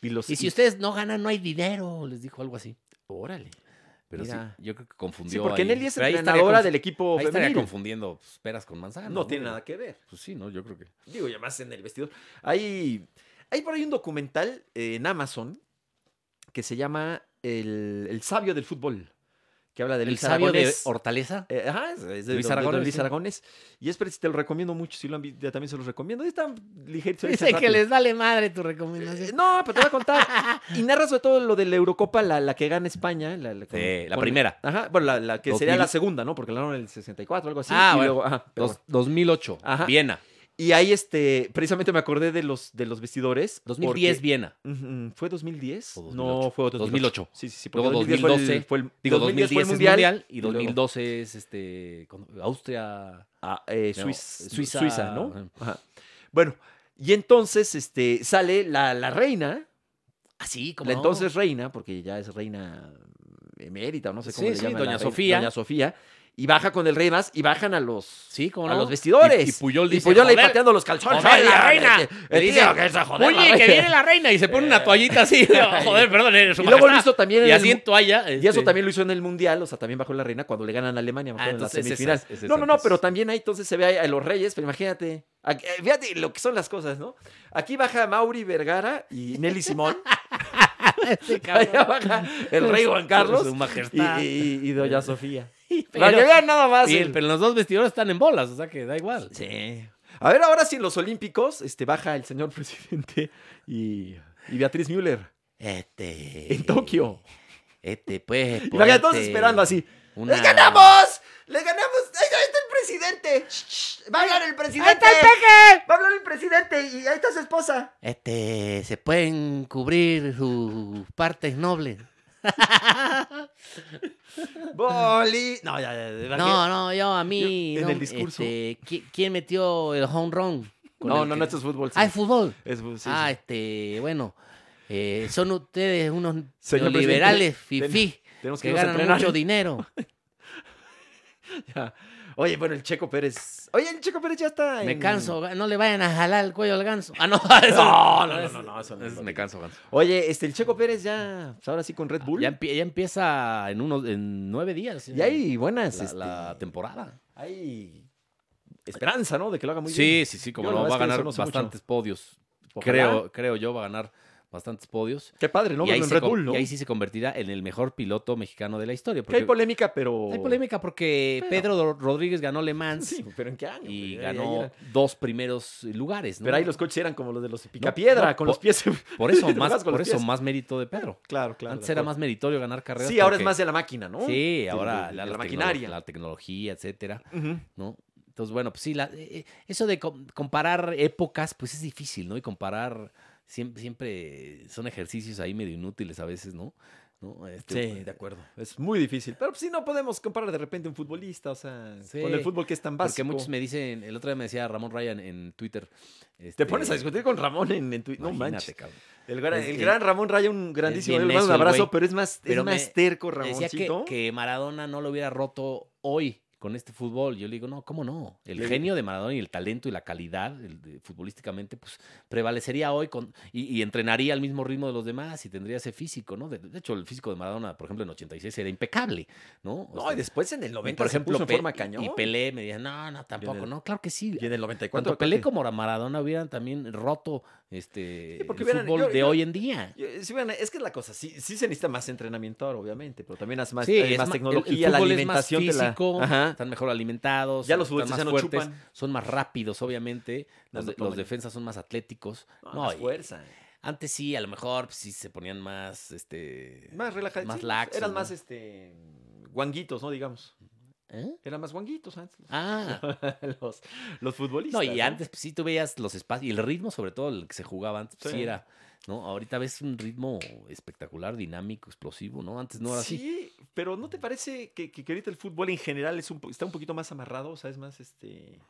Speaker 1: Y los
Speaker 2: Pues y si ustedes no ganan, no hay dinero, les dijo algo así. Órale. Pero
Speaker 1: Mira.
Speaker 2: sí, yo creo que
Speaker 1: Sí,
Speaker 2: confundió.
Speaker 1: porque
Speaker 2: ahí.
Speaker 1: Nelly es
Speaker 2: Pero ahí estaría
Speaker 1: entrenadora
Speaker 2: confu-
Speaker 1: del equipo
Speaker 2: Ahí estaría
Speaker 1: femenil.
Speaker 2: confundiendo pues, peras con manzanas.
Speaker 1: No tiene nada que ver.
Speaker 2: Pues sí, ¿no? Yo creo que.
Speaker 1: Digo, y además en el vestidor. Hay, hay por ahí un documental eh, en Amazon que se llama El, El sabio del fútbol, que habla de
Speaker 2: El
Speaker 1: Luis
Speaker 2: sabio de
Speaker 1: Aragonés.
Speaker 2: Hortaleza.
Speaker 1: Eh, ajá, es- es de
Speaker 2: Luis
Speaker 1: Luis Aragones.
Speaker 2: Aragonés,
Speaker 1: Luis
Speaker 2: sí.
Speaker 1: Aragones. Y es preci- te lo recomiendo mucho. Si lo han visto, también se los recomiendo. Está ligerito. se
Speaker 2: Dice
Speaker 1: echa
Speaker 2: que
Speaker 1: rápido.
Speaker 2: les vale madre tu
Speaker 1: Eh,
Speaker 2: recomendación.
Speaker 1: No, pero te voy a contar. Y narra sobre todo lo de la Eurocopa, la, la que gana España. La, la-
Speaker 2: Sí, la
Speaker 1: con-
Speaker 2: primera.
Speaker 1: Ajá, bueno, la, la que
Speaker 2: Dos
Speaker 1: sería
Speaker 2: mil-
Speaker 1: la segunda, ¿no? Porque la ganaron en el 64, algo así.
Speaker 2: Ah,
Speaker 1: y,
Speaker 2: bueno.
Speaker 1: luego- ajá, pero
Speaker 2: Dos-
Speaker 1: bueno.
Speaker 2: 2008,
Speaker 1: Ajá.
Speaker 2: Viena.
Speaker 1: Y ahí, este, precisamente me acordé de los, de los vestidores.
Speaker 2: 2010,
Speaker 1: porque-
Speaker 2: Viena.
Speaker 1: Ujú, ¿Fue 2010?
Speaker 2: O 2008.
Speaker 1: No, fue 2008.
Speaker 2: 2008.
Speaker 1: Sí, sí, sí. porque
Speaker 2: Luego
Speaker 1: 2010 fue el-
Speaker 2: 2012.
Speaker 1: Fue el,
Speaker 2: Digo,
Speaker 1: 2010
Speaker 2: 2010,
Speaker 1: fue el
Speaker 2: es mundial, y 2012 es este, con- Austria.
Speaker 1: Ah, eh,
Speaker 2: No,
Speaker 1: Suiz-
Speaker 2: Suiza-
Speaker 1: Suiza,
Speaker 2: Ajá.
Speaker 1: ¿no? Ajá. Bueno, y entonces este, sale la, la reina,
Speaker 2: Así, como.
Speaker 1: la entonces reina, porque ya es reina emérita o no sé cómo
Speaker 2: Sí,
Speaker 1: le
Speaker 2: sí,
Speaker 1: llaman, la
Speaker 2: doña
Speaker 1: reina-
Speaker 2: Sofía.
Speaker 1: Doña Sofía. Y baja con el rey más y bajan a los,
Speaker 2: Sí, como
Speaker 1: a los vestidores.
Speaker 2: Y, y Puyol dice.
Speaker 1: Puyol ahí
Speaker 2: "Joder,
Speaker 1: pateando los calzones.
Speaker 2: joder, la
Speaker 1: Ay,
Speaker 2: reina.
Speaker 1: este-
Speaker 2: Le
Speaker 1: este
Speaker 2: dice,
Speaker 1: tío que es a joder, la
Speaker 2: Oye, que
Speaker 1: reina".
Speaker 2: viene la reina y se pone una toallita así. Joder, perdón, eh, su
Speaker 1: Y luego lo
Speaker 2: majestad.
Speaker 1: hizo también en
Speaker 2: Y
Speaker 1: el
Speaker 2: así en
Speaker 1: mu-
Speaker 2: toalla.
Speaker 1: Y eso
Speaker 2: este,
Speaker 1: también lo hizo en el Mundial, o sea, también bajó la reina cuando le ganan a Alemania, me
Speaker 2: Ah,
Speaker 1: acuerdo, en la
Speaker 2: entonces es
Speaker 1: semifinal.
Speaker 2: esa, es esa,
Speaker 1: no, no, no,
Speaker 2: entonces.
Speaker 1: pero también ahí entonces se ve a, a los reyes, pero imagínate. a- eh, fíjate lo que son las cosas, ¿no? Aquí baja Mauri Vergara y Nelly Simón.
Speaker 2: este
Speaker 1: allá
Speaker 2: cabrón.
Speaker 1: baja el rey Juan Carlos
Speaker 2: Su
Speaker 1: y,
Speaker 2: majestad.
Speaker 1: y- y Doña Sofía.
Speaker 2: Pero-
Speaker 1: Para que vean nada más.
Speaker 2: y el-
Speaker 1: el-
Speaker 2: pero los dos vestidores están en bolas, o sea que da igual.
Speaker 1: Sí. A ver, ahora sí en los Olímpicos este, baja el señor presidente y, y Beatriz Müller
Speaker 2: Este.
Speaker 1: en Tokio.
Speaker 2: Este, pues.
Speaker 1: Y la todos
Speaker 2: ponte
Speaker 1: esperando así.
Speaker 2: una-
Speaker 1: ¡Les ganamos! ¡Les ganamos! ¡Ahí ahí está el presidente! Shh, shh. ¡Va a hablar el presidente! ¡Va a hablar el presidente! ¡Y ahí está su esposa!
Speaker 2: Este, se pueden cubrir sus partes nobles.
Speaker 1: Boli. No, ya, ya. de verdad
Speaker 2: No,
Speaker 1: que-
Speaker 2: no, yo a mí.
Speaker 1: Yo- en
Speaker 2: no,
Speaker 1: el discurso.
Speaker 2: este, ¿qui- ¿Quién metió el home run? Con
Speaker 1: No,
Speaker 2: el
Speaker 1: no,
Speaker 2: que-
Speaker 1: no, esto es fútbol. sí.
Speaker 2: Ah, es fútbol.
Speaker 1: Es fútbol, sí,
Speaker 2: ah,
Speaker 1: sí.
Speaker 2: este, bueno. eh, son ustedes unos
Speaker 1: Señor
Speaker 2: liberales,
Speaker 1: presidente,
Speaker 2: fifí,
Speaker 1: Tenemos que,
Speaker 2: que
Speaker 1: irnos a
Speaker 2: ganan
Speaker 1: entrenar.
Speaker 2: mucho dinero.
Speaker 1: Ya. Oye, bueno, el Checo Pérez. Oye, el Checo Pérez ya está.
Speaker 2: Me
Speaker 1: en-
Speaker 2: canso, no le vayan a jalar el cuello al ganso. Ah, no, eso-
Speaker 1: No, no, no, no, no, eso no
Speaker 2: eso
Speaker 1: es lo
Speaker 2: me
Speaker 1: que-
Speaker 2: canso, ganso.
Speaker 1: Oye, este, el Checo Pérez ya. pues ahora sí con Red Bull.
Speaker 2: Ah, Ya, empie- ya empieza en unos, en nueve días.
Speaker 1: y hay buenas.
Speaker 2: la,
Speaker 1: este,
Speaker 2: la temporada.
Speaker 1: Hay esperanza, ¿no? De que lo haga muy
Speaker 2: sí,
Speaker 1: bien.
Speaker 2: sí, sí, como
Speaker 1: Yo la
Speaker 2: no,
Speaker 1: verdad
Speaker 2: va a
Speaker 1: es que
Speaker 2: ganar
Speaker 1: eso no sé mucho.
Speaker 2: bastantes podios.
Speaker 1: Ojalá.
Speaker 2: Creo, creo yo va a ganar bastantes podios.
Speaker 1: Qué padre, ¿no?
Speaker 2: y, ahí
Speaker 1: Verlo en
Speaker 2: se
Speaker 1: Red
Speaker 2: con-
Speaker 1: Bull, ¿no?
Speaker 2: y ahí sí se convertirá en el mejor piloto mexicano de la historia.
Speaker 1: Que hay
Speaker 2: Porque Oh.
Speaker 1: polémica, pero.
Speaker 2: hay polémica porque Pedro Dor- Rodríguez ganó Le Mans
Speaker 1: Sí, pero ¿en qué año?
Speaker 2: y
Speaker 1: Pero ahí- ahí
Speaker 2: ganó
Speaker 1: era-
Speaker 2: dos primeros lugares. ¿no?
Speaker 1: Pero ahí los coches eran como los de los picapiedra,
Speaker 2: no,
Speaker 1: con
Speaker 2: po-
Speaker 1: los pies.
Speaker 2: Por eso,
Speaker 1: te
Speaker 2: más,
Speaker 1: tocas con
Speaker 2: por
Speaker 1: los
Speaker 2: eso
Speaker 1: pies.
Speaker 2: más mérito de Pedro.
Speaker 1: Claro, claro.
Speaker 2: Antes
Speaker 1: de
Speaker 2: era
Speaker 1: acuerdo.
Speaker 2: más meritorio ganar carreras.
Speaker 1: Sí, ahora es
Speaker 2: porque-
Speaker 1: más de la máquina, ¿no?
Speaker 2: Sí,
Speaker 1: de-
Speaker 2: ahora
Speaker 1: de- de
Speaker 2: la,
Speaker 1: la
Speaker 2: las tecno-
Speaker 1: maquinaria.
Speaker 2: la tecnología, etcétera,
Speaker 1: Ujú.
Speaker 2: ¿no? Entonces, bueno, pues sí, la- eh, eh, eso de com- comparar épocas, pues es difícil, ¿no? Y comparar siempre, siempre son ejercicios ahí medio inútiles a veces, ¿no? ¿No? Este,
Speaker 1: Sí, de acuerdo. Es muy difícil. Pero si no podemos comparar de repente un futbolista, o sea,
Speaker 2: Sí,
Speaker 1: con el fútbol que es tan básico.
Speaker 2: Porque muchos me dicen, el otro día me decía Ramón Ryan en Twitter.
Speaker 1: Te
Speaker 2: este,
Speaker 1: pones a discutir con Ramón en, en tu... No
Speaker 2: imagínate,
Speaker 1: manches.
Speaker 2: cabrón.
Speaker 1: El, gran-
Speaker 2: Es
Speaker 1: el
Speaker 2: que-
Speaker 1: gran Ramón Raya, un grandísimo...
Speaker 2: bien
Speaker 1: le mando
Speaker 2: necio
Speaker 1: un
Speaker 2: el
Speaker 1: abrazo,
Speaker 2: güey.
Speaker 1: pero es más,
Speaker 2: Pero
Speaker 1: es
Speaker 2: me-
Speaker 1: más terco,
Speaker 2: Decía que,
Speaker 1: Ramoncito.
Speaker 2: que Maradona no lo hubiera roto hoy con este fútbol. Yo le digo, no, ¿cómo no? El
Speaker 1: Le-
Speaker 2: genio de Maradona y el talento y la calidad el de- futbolísticamente, pues prevalecería hoy con, y, y entrenaría al mismo ritmo de los demás y tendría ese físico, ¿no? De, de hecho, el físico de Maradona, por ejemplo, en 86 era impecable, ¿no? O
Speaker 1: No,
Speaker 2: sea,
Speaker 1: y después en el 90
Speaker 2: por ejemplo,
Speaker 1: se puso
Speaker 2: Pe-
Speaker 1: en forma cañón.
Speaker 2: y Pelé me decían, no, no, tampoco,
Speaker 1: el-
Speaker 2: no, claro que sí.
Speaker 1: Y en el 94...
Speaker 2: Cuando Pelé
Speaker 1: creo que-
Speaker 2: como Maradona hubieran también roto este
Speaker 1: Sí, porque
Speaker 2: el
Speaker 1: hubieran-
Speaker 2: fútbol
Speaker 1: yo-
Speaker 2: de
Speaker 1: yo-
Speaker 2: hoy en día.
Speaker 1: Eh, sí, bueno, es que es la cosa, sí, sí se necesita más entrenamiento ahora, obviamente, pero también es más,
Speaker 2: Sí,
Speaker 1: hay
Speaker 2: es
Speaker 1: más
Speaker 2: ma- el- el
Speaker 1: tecnología, la
Speaker 2: fútbol es más
Speaker 1: alimentación te la-
Speaker 2: físico,
Speaker 1: Ajá.
Speaker 2: Están mejor alimentados.
Speaker 1: Ya los
Speaker 2: están
Speaker 1: futbolistas
Speaker 2: más
Speaker 1: ya no
Speaker 2: fuertes,
Speaker 1: chupan.
Speaker 2: Son más rápidos, obviamente.
Speaker 1: No, no
Speaker 2: Los, de- los
Speaker 1: toman.
Speaker 2: defensas son más atléticos.
Speaker 1: No,
Speaker 2: No,
Speaker 1: más
Speaker 2: y-
Speaker 1: fuerza.
Speaker 2: antes sí, a lo mejor pues, sí se ponían más, este,
Speaker 1: Más relajado.
Speaker 2: más laxos,
Speaker 1: Eran
Speaker 2: ¿no?
Speaker 1: más, este, guanguitos, ¿no? Digamos.
Speaker 2: ¿Eh?
Speaker 1: Eran más guanguitos antes los,
Speaker 2: Ah,
Speaker 1: los, los futbolistas.
Speaker 2: no, y antes pues, sí tú veías los espacios y el ritmo, sobre todo el que se jugaba antes, pues, sí,
Speaker 1: Sí.
Speaker 2: era, ¿no? Ahorita ves un ritmo espectacular, dinámico, explosivo, ¿no? Antes no era así.
Speaker 1: Sí, pero ¿no te parece que, que, que ahorita el fútbol en general es un po- está un poquito más amarrado? O sea, es más, este,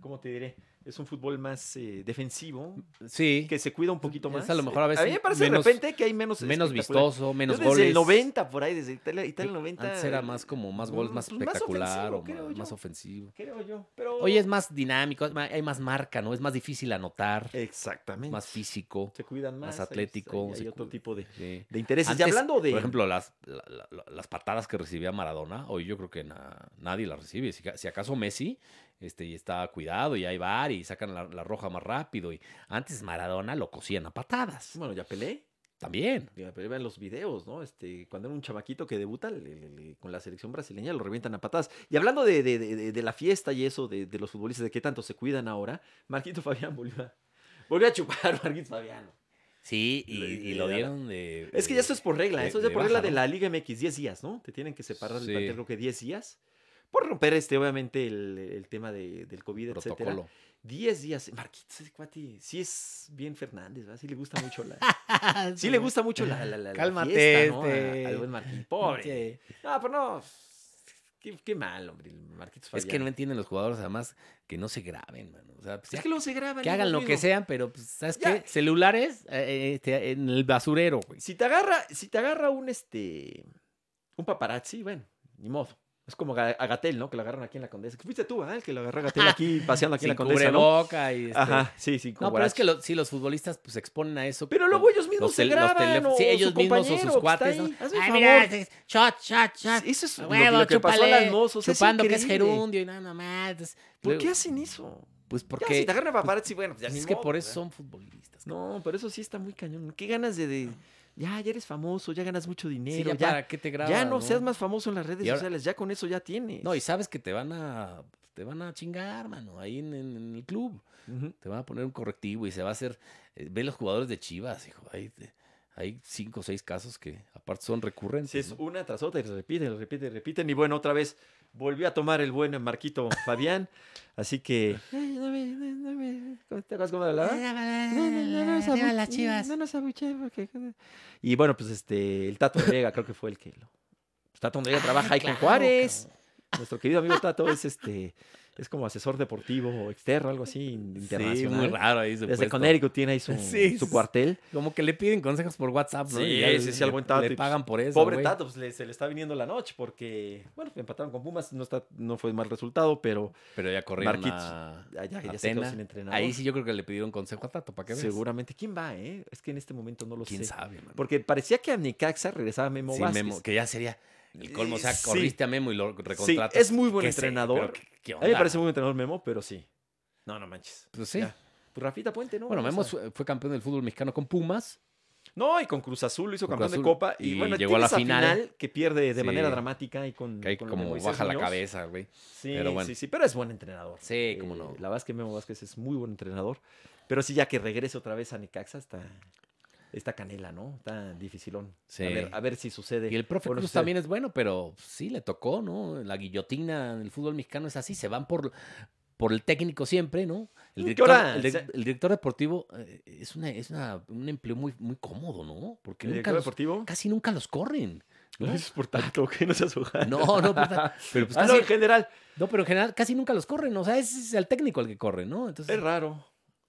Speaker 1: ¿cómo te diré? Es un fútbol más eh, defensivo,
Speaker 2: Sí,
Speaker 1: que se cuida un poquito
Speaker 2: Es
Speaker 1: más.
Speaker 2: a lo mejor a veces
Speaker 1: mí me parece
Speaker 2: menos-
Speaker 1: de repente que hay menos
Speaker 2: menos
Speaker 1: espectacular.
Speaker 2: vistoso, menos
Speaker 1: Yo desde
Speaker 2: goles.
Speaker 1: el 90 por ahí, desde Italia, Italia 90.
Speaker 2: Antes era más como más goles,
Speaker 1: mm,
Speaker 2: más
Speaker 1: pues,
Speaker 2: espectacular
Speaker 1: ofensivo,
Speaker 2: o ma-
Speaker 1: creo
Speaker 2: más,
Speaker 1: yo,
Speaker 2: ofensivo.
Speaker 1: Creo yo, pero...
Speaker 2: Hoy es más dinámico, es ma- hay más marca, ¿no? Es más difícil anotar,
Speaker 1: Exactamente.
Speaker 2: más físico.
Speaker 1: se cuidan más.
Speaker 2: más
Speaker 1: hay-
Speaker 2: atlético,
Speaker 1: Hay,
Speaker 2: se
Speaker 1: hay otro
Speaker 2: cu-
Speaker 1: tipo de,
Speaker 2: sí.
Speaker 1: de intereses. Pues, y
Speaker 2: Antes,
Speaker 1: hablando de...
Speaker 2: Por ejemplo, las, la- la- la- las patadas que recibía Maradona, hoy yo creo que na- nadie las recibe. Si, ca- si acaso Messi este, y está cuidado y hay bar y sacan la, la roja más rápido. Y antes Maradona lo cosían a patadas.
Speaker 1: Bueno, ya peleé.
Speaker 2: También.
Speaker 1: Digo, Pero vean los videos, ¿no? Este, cuando era un chamaquito que debuta le- le- le- con la selección brasileña, lo revientan a patadas. Y hablando de, de- de- de la fiesta y eso, de, de los futbolistas, de qué tanto se cuidan ahora, Marquito Fabián volvió a, volvió a chupar, Marquito Fabián.
Speaker 2: Sí, y,
Speaker 1: Lo-
Speaker 2: y lo
Speaker 1: y-
Speaker 2: dieron de.
Speaker 1: Es que ya eso es por regla,
Speaker 2: de-
Speaker 1: eso es ya
Speaker 2: de
Speaker 1: por regla
Speaker 2: baja,
Speaker 1: de
Speaker 2: ¿no?
Speaker 1: la Liga MX, 10 días, ¿no? Te tienen que separar del
Speaker 2: Sí.
Speaker 1: plantel, creo que 10 días. Por romper, este, obviamente, el, el tema de- del COVID, etcétera.
Speaker 2: protocolo.
Speaker 1: 10 días. Marquitos, ese cuate, sí es bien Fernández, ¿verdad? Sí le gusta mucho la.
Speaker 2: Ah,
Speaker 1: Sí le gusta mucho la. la, la- la
Speaker 2: Cálmate,
Speaker 1: fiesta, ¿no?
Speaker 2: este.
Speaker 1: A- Al buen Marquitos. Pobre.
Speaker 2: Sí.
Speaker 1: No, pero no. Qué, qué mal, hombre, el Marquitos
Speaker 2: Es
Speaker 1: Fabián.
Speaker 2: que no entienden los jugadores, además, que no se graben, mano. O sea, pues,
Speaker 1: Es
Speaker 2: ya
Speaker 1: que luego se graban.
Speaker 2: que
Speaker 1: es
Speaker 2: hagan lo que
Speaker 1: mismo.
Speaker 2: sean, pero, pues, ¿sabes
Speaker 1: Ya.
Speaker 2: qué? Celulares eh, este, en el basurero, güey.
Speaker 1: Si te agarra, si te agarra un este. Un paparazzi, bueno, ni modo. Es como Ga- a Gatel, ¿no? Que lo agarraron aquí en la Condesa. Que Fuiste tú, ¿verdad? El que lo agarró a Gatel aquí, paseando aquí en
Speaker 2: Sin
Speaker 1: la Condesa, ¿no?
Speaker 2: cubreboca y este,
Speaker 1: Ajá, sí, sí.
Speaker 2: No, pero es que lo- sí, los futbolistas pues se exponen a eso.
Speaker 1: Pero
Speaker 2: con
Speaker 1: luego ellos mismos
Speaker 2: los
Speaker 1: se
Speaker 2: tel- los
Speaker 1: graban.
Speaker 2: teléfonos.
Speaker 1: o
Speaker 2: Sí,
Speaker 1: su
Speaker 2: ellos mismos o
Speaker 1: compañero
Speaker 2: sus
Speaker 1: que está
Speaker 2: cuates,
Speaker 1: ahí.
Speaker 2: ¿no?
Speaker 1: Hazme
Speaker 3: Ay,
Speaker 1: el
Speaker 3: mira,
Speaker 1: favor.
Speaker 3: shot, shot, shot.
Speaker 1: Sí, Eso es lo que-
Speaker 3: Huevo,
Speaker 1: lo que pasó a
Speaker 3: chúpale,
Speaker 1: las dos. O sea, es
Speaker 2: chupando que Pues, es
Speaker 1: increíble.
Speaker 2: gerundio y nada más. Entonces,
Speaker 1: ¿Por
Speaker 2: luego-
Speaker 1: qué hacen eso?
Speaker 2: Pues
Speaker 1: Ya,
Speaker 2: porque.
Speaker 1: si te agarran a paparazzi, bueno, pues ya
Speaker 2: pues,
Speaker 1: ni
Speaker 2: es que
Speaker 1: modo,
Speaker 2: por eso
Speaker 1: ¿verdad?
Speaker 2: son futbolistas.
Speaker 1: No, pero eso sí está muy cañón. Qué ganas de... de- Ya, ya eres famoso, ya ganas mucho
Speaker 2: Sí,
Speaker 1: dinero,
Speaker 2: ya,
Speaker 1: ya,
Speaker 2: para qué te grabas.
Speaker 1: ya no seas más famoso en las redes
Speaker 2: Y ahora-
Speaker 1: sociales, ya con eso ya tienes.
Speaker 2: No, y sabes que te van a. Te van a chingar, mano, ahí en, en- en el club.
Speaker 1: Ujú.
Speaker 2: Te van a poner un correctivo y se va a hacer. eh, ve los jugadores de Chivas, hijo. Hay, eh, hay cinco o seis casos que, aparte, son recurrentes.
Speaker 1: Si es
Speaker 2: ¿no?
Speaker 1: una tras otra y se repiten, repiten, repiten. Y bueno, otra vez volvió a tomar el buen Marquito Fabián. Así que. Ay, no me- no- no me- ¿cómo- ¿Te acuerdas cómo hablaba?
Speaker 2: Ah,
Speaker 1: No, no, no, no nos
Speaker 3: Arriba
Speaker 1: abu-
Speaker 3: las chivas.
Speaker 1: no nos abucheen porque- Y bueno, pues este, el Tato Vega creo que fue el que lo. Tato Noriega trabaja ahí
Speaker 2: Ah, claro,
Speaker 1: con Juárez. Nuestro querido amigo Tato es este es como asesor deportivo externo, algo así internacional.
Speaker 2: Sí, muy raro ahí. su
Speaker 1: Desde
Speaker 2: puesto.
Speaker 1: Connecticut tiene ahí su,
Speaker 2: Sí,
Speaker 1: su
Speaker 2: sí.
Speaker 1: cuartel.
Speaker 2: Como que le piden consejos por WhatsApp, ¿no?
Speaker 1: Sí,
Speaker 2: Y ya
Speaker 1: sí, sí,
Speaker 2: le-
Speaker 1: al buen Tato, y
Speaker 2: Le
Speaker 1: pues,
Speaker 2: pagan por eso.
Speaker 1: Pobre
Speaker 2: güey.
Speaker 1: Tato, pues le- se le está viniendo la noche porque, bueno, pues, empataron con Pumas, no, está, no fue mal resultado, pero
Speaker 2: Pero ya corrieron
Speaker 1: Marquitos.
Speaker 2: a,
Speaker 1: ya, ya-
Speaker 2: a
Speaker 1: ya se quedó
Speaker 2: Tena.
Speaker 1: sin entrenador.
Speaker 2: Ahí sí yo creo que le pidieron consejo a Tato, ¿para qué ves?
Speaker 1: Seguramente. ¿Quién va, eh? Es que en este momento no lo
Speaker 2: ¿Quién
Speaker 1: sé.
Speaker 2: sabe, mano?
Speaker 1: Porque parecía que a Necaxa regresaba Memo
Speaker 2: Sí,
Speaker 1: Vázquez.
Speaker 2: Memo, que ya sería el colmo. O sea,
Speaker 1: Sí.
Speaker 2: corriste a Memo y lo
Speaker 1: Sí,
Speaker 2: recontratas.
Speaker 1: es muy buen
Speaker 2: Qué sé, pero
Speaker 1: entrenador.
Speaker 2: ¿qué- qué
Speaker 1: A mí me
Speaker 2: onda?
Speaker 1: parece muy buen entrenador Memo, pero sí. No, no manches.
Speaker 2: Pues sí.
Speaker 1: Ya. Pues Rafita Puente, ¿no?
Speaker 2: Bueno,
Speaker 1: O sea,
Speaker 2: Memo fue fue campeón del fútbol mexicano con Pumas.
Speaker 1: No, y con Cruz Azul lo hizo
Speaker 2: Con
Speaker 1: campeón
Speaker 2: Cruz
Speaker 1: de
Speaker 2: Azul,
Speaker 1: Copa. Y,
Speaker 2: y
Speaker 1: bueno,
Speaker 2: llegó
Speaker 1: llegó
Speaker 2: a la
Speaker 1: a la final,
Speaker 2: final.
Speaker 1: que pierde de
Speaker 2: Sí.
Speaker 1: manera dramática y con.
Speaker 2: Que ahí
Speaker 1: con lo de
Speaker 2: como
Speaker 1: Moisés
Speaker 2: baja la
Speaker 1: Muñoz.
Speaker 2: cabeza, güey.
Speaker 1: Sí,
Speaker 2: pero bueno.
Speaker 1: sí, sí, pero es buen entrenador.
Speaker 2: Sí, Eh, cómo no.
Speaker 1: Eh, La verdad es que Memo Vázquez es muy buen entrenador. Pero sí, ya que regrese otra vez a Necaxa, está, está canela, ¿no? Está dificilón.
Speaker 2: Sí.
Speaker 1: A, ver, a ver si sucede.
Speaker 2: Y el profe
Speaker 1: Bueno,
Speaker 2: Cruz
Speaker 1: sucede.
Speaker 2: también es bueno, pero sí le tocó, ¿no? La guillotina en el fútbol mexicano es así, se van por, por el técnico siempre, ¿no?
Speaker 1: Mm, ¿Qué
Speaker 2: El director,
Speaker 1: hora?
Speaker 2: el, di-
Speaker 1: O sea-
Speaker 2: el director deportivo eh, es, una, es una- un empleo muy, muy cómodo, ¿no? Porque
Speaker 1: ¿El
Speaker 2: nunca
Speaker 1: director
Speaker 2: los-
Speaker 1: deportivo?
Speaker 2: casi nunca los corren. ¿no?
Speaker 1: No es por tanto, que no seas ojal.
Speaker 2: No, no, pues, pero pues
Speaker 1: Ah, no,
Speaker 2: casi,
Speaker 1: en general,
Speaker 2: no, pero en general casi nunca los corren, o sea, es, es el técnico el que corre, ¿no? Entonces,
Speaker 1: es raro.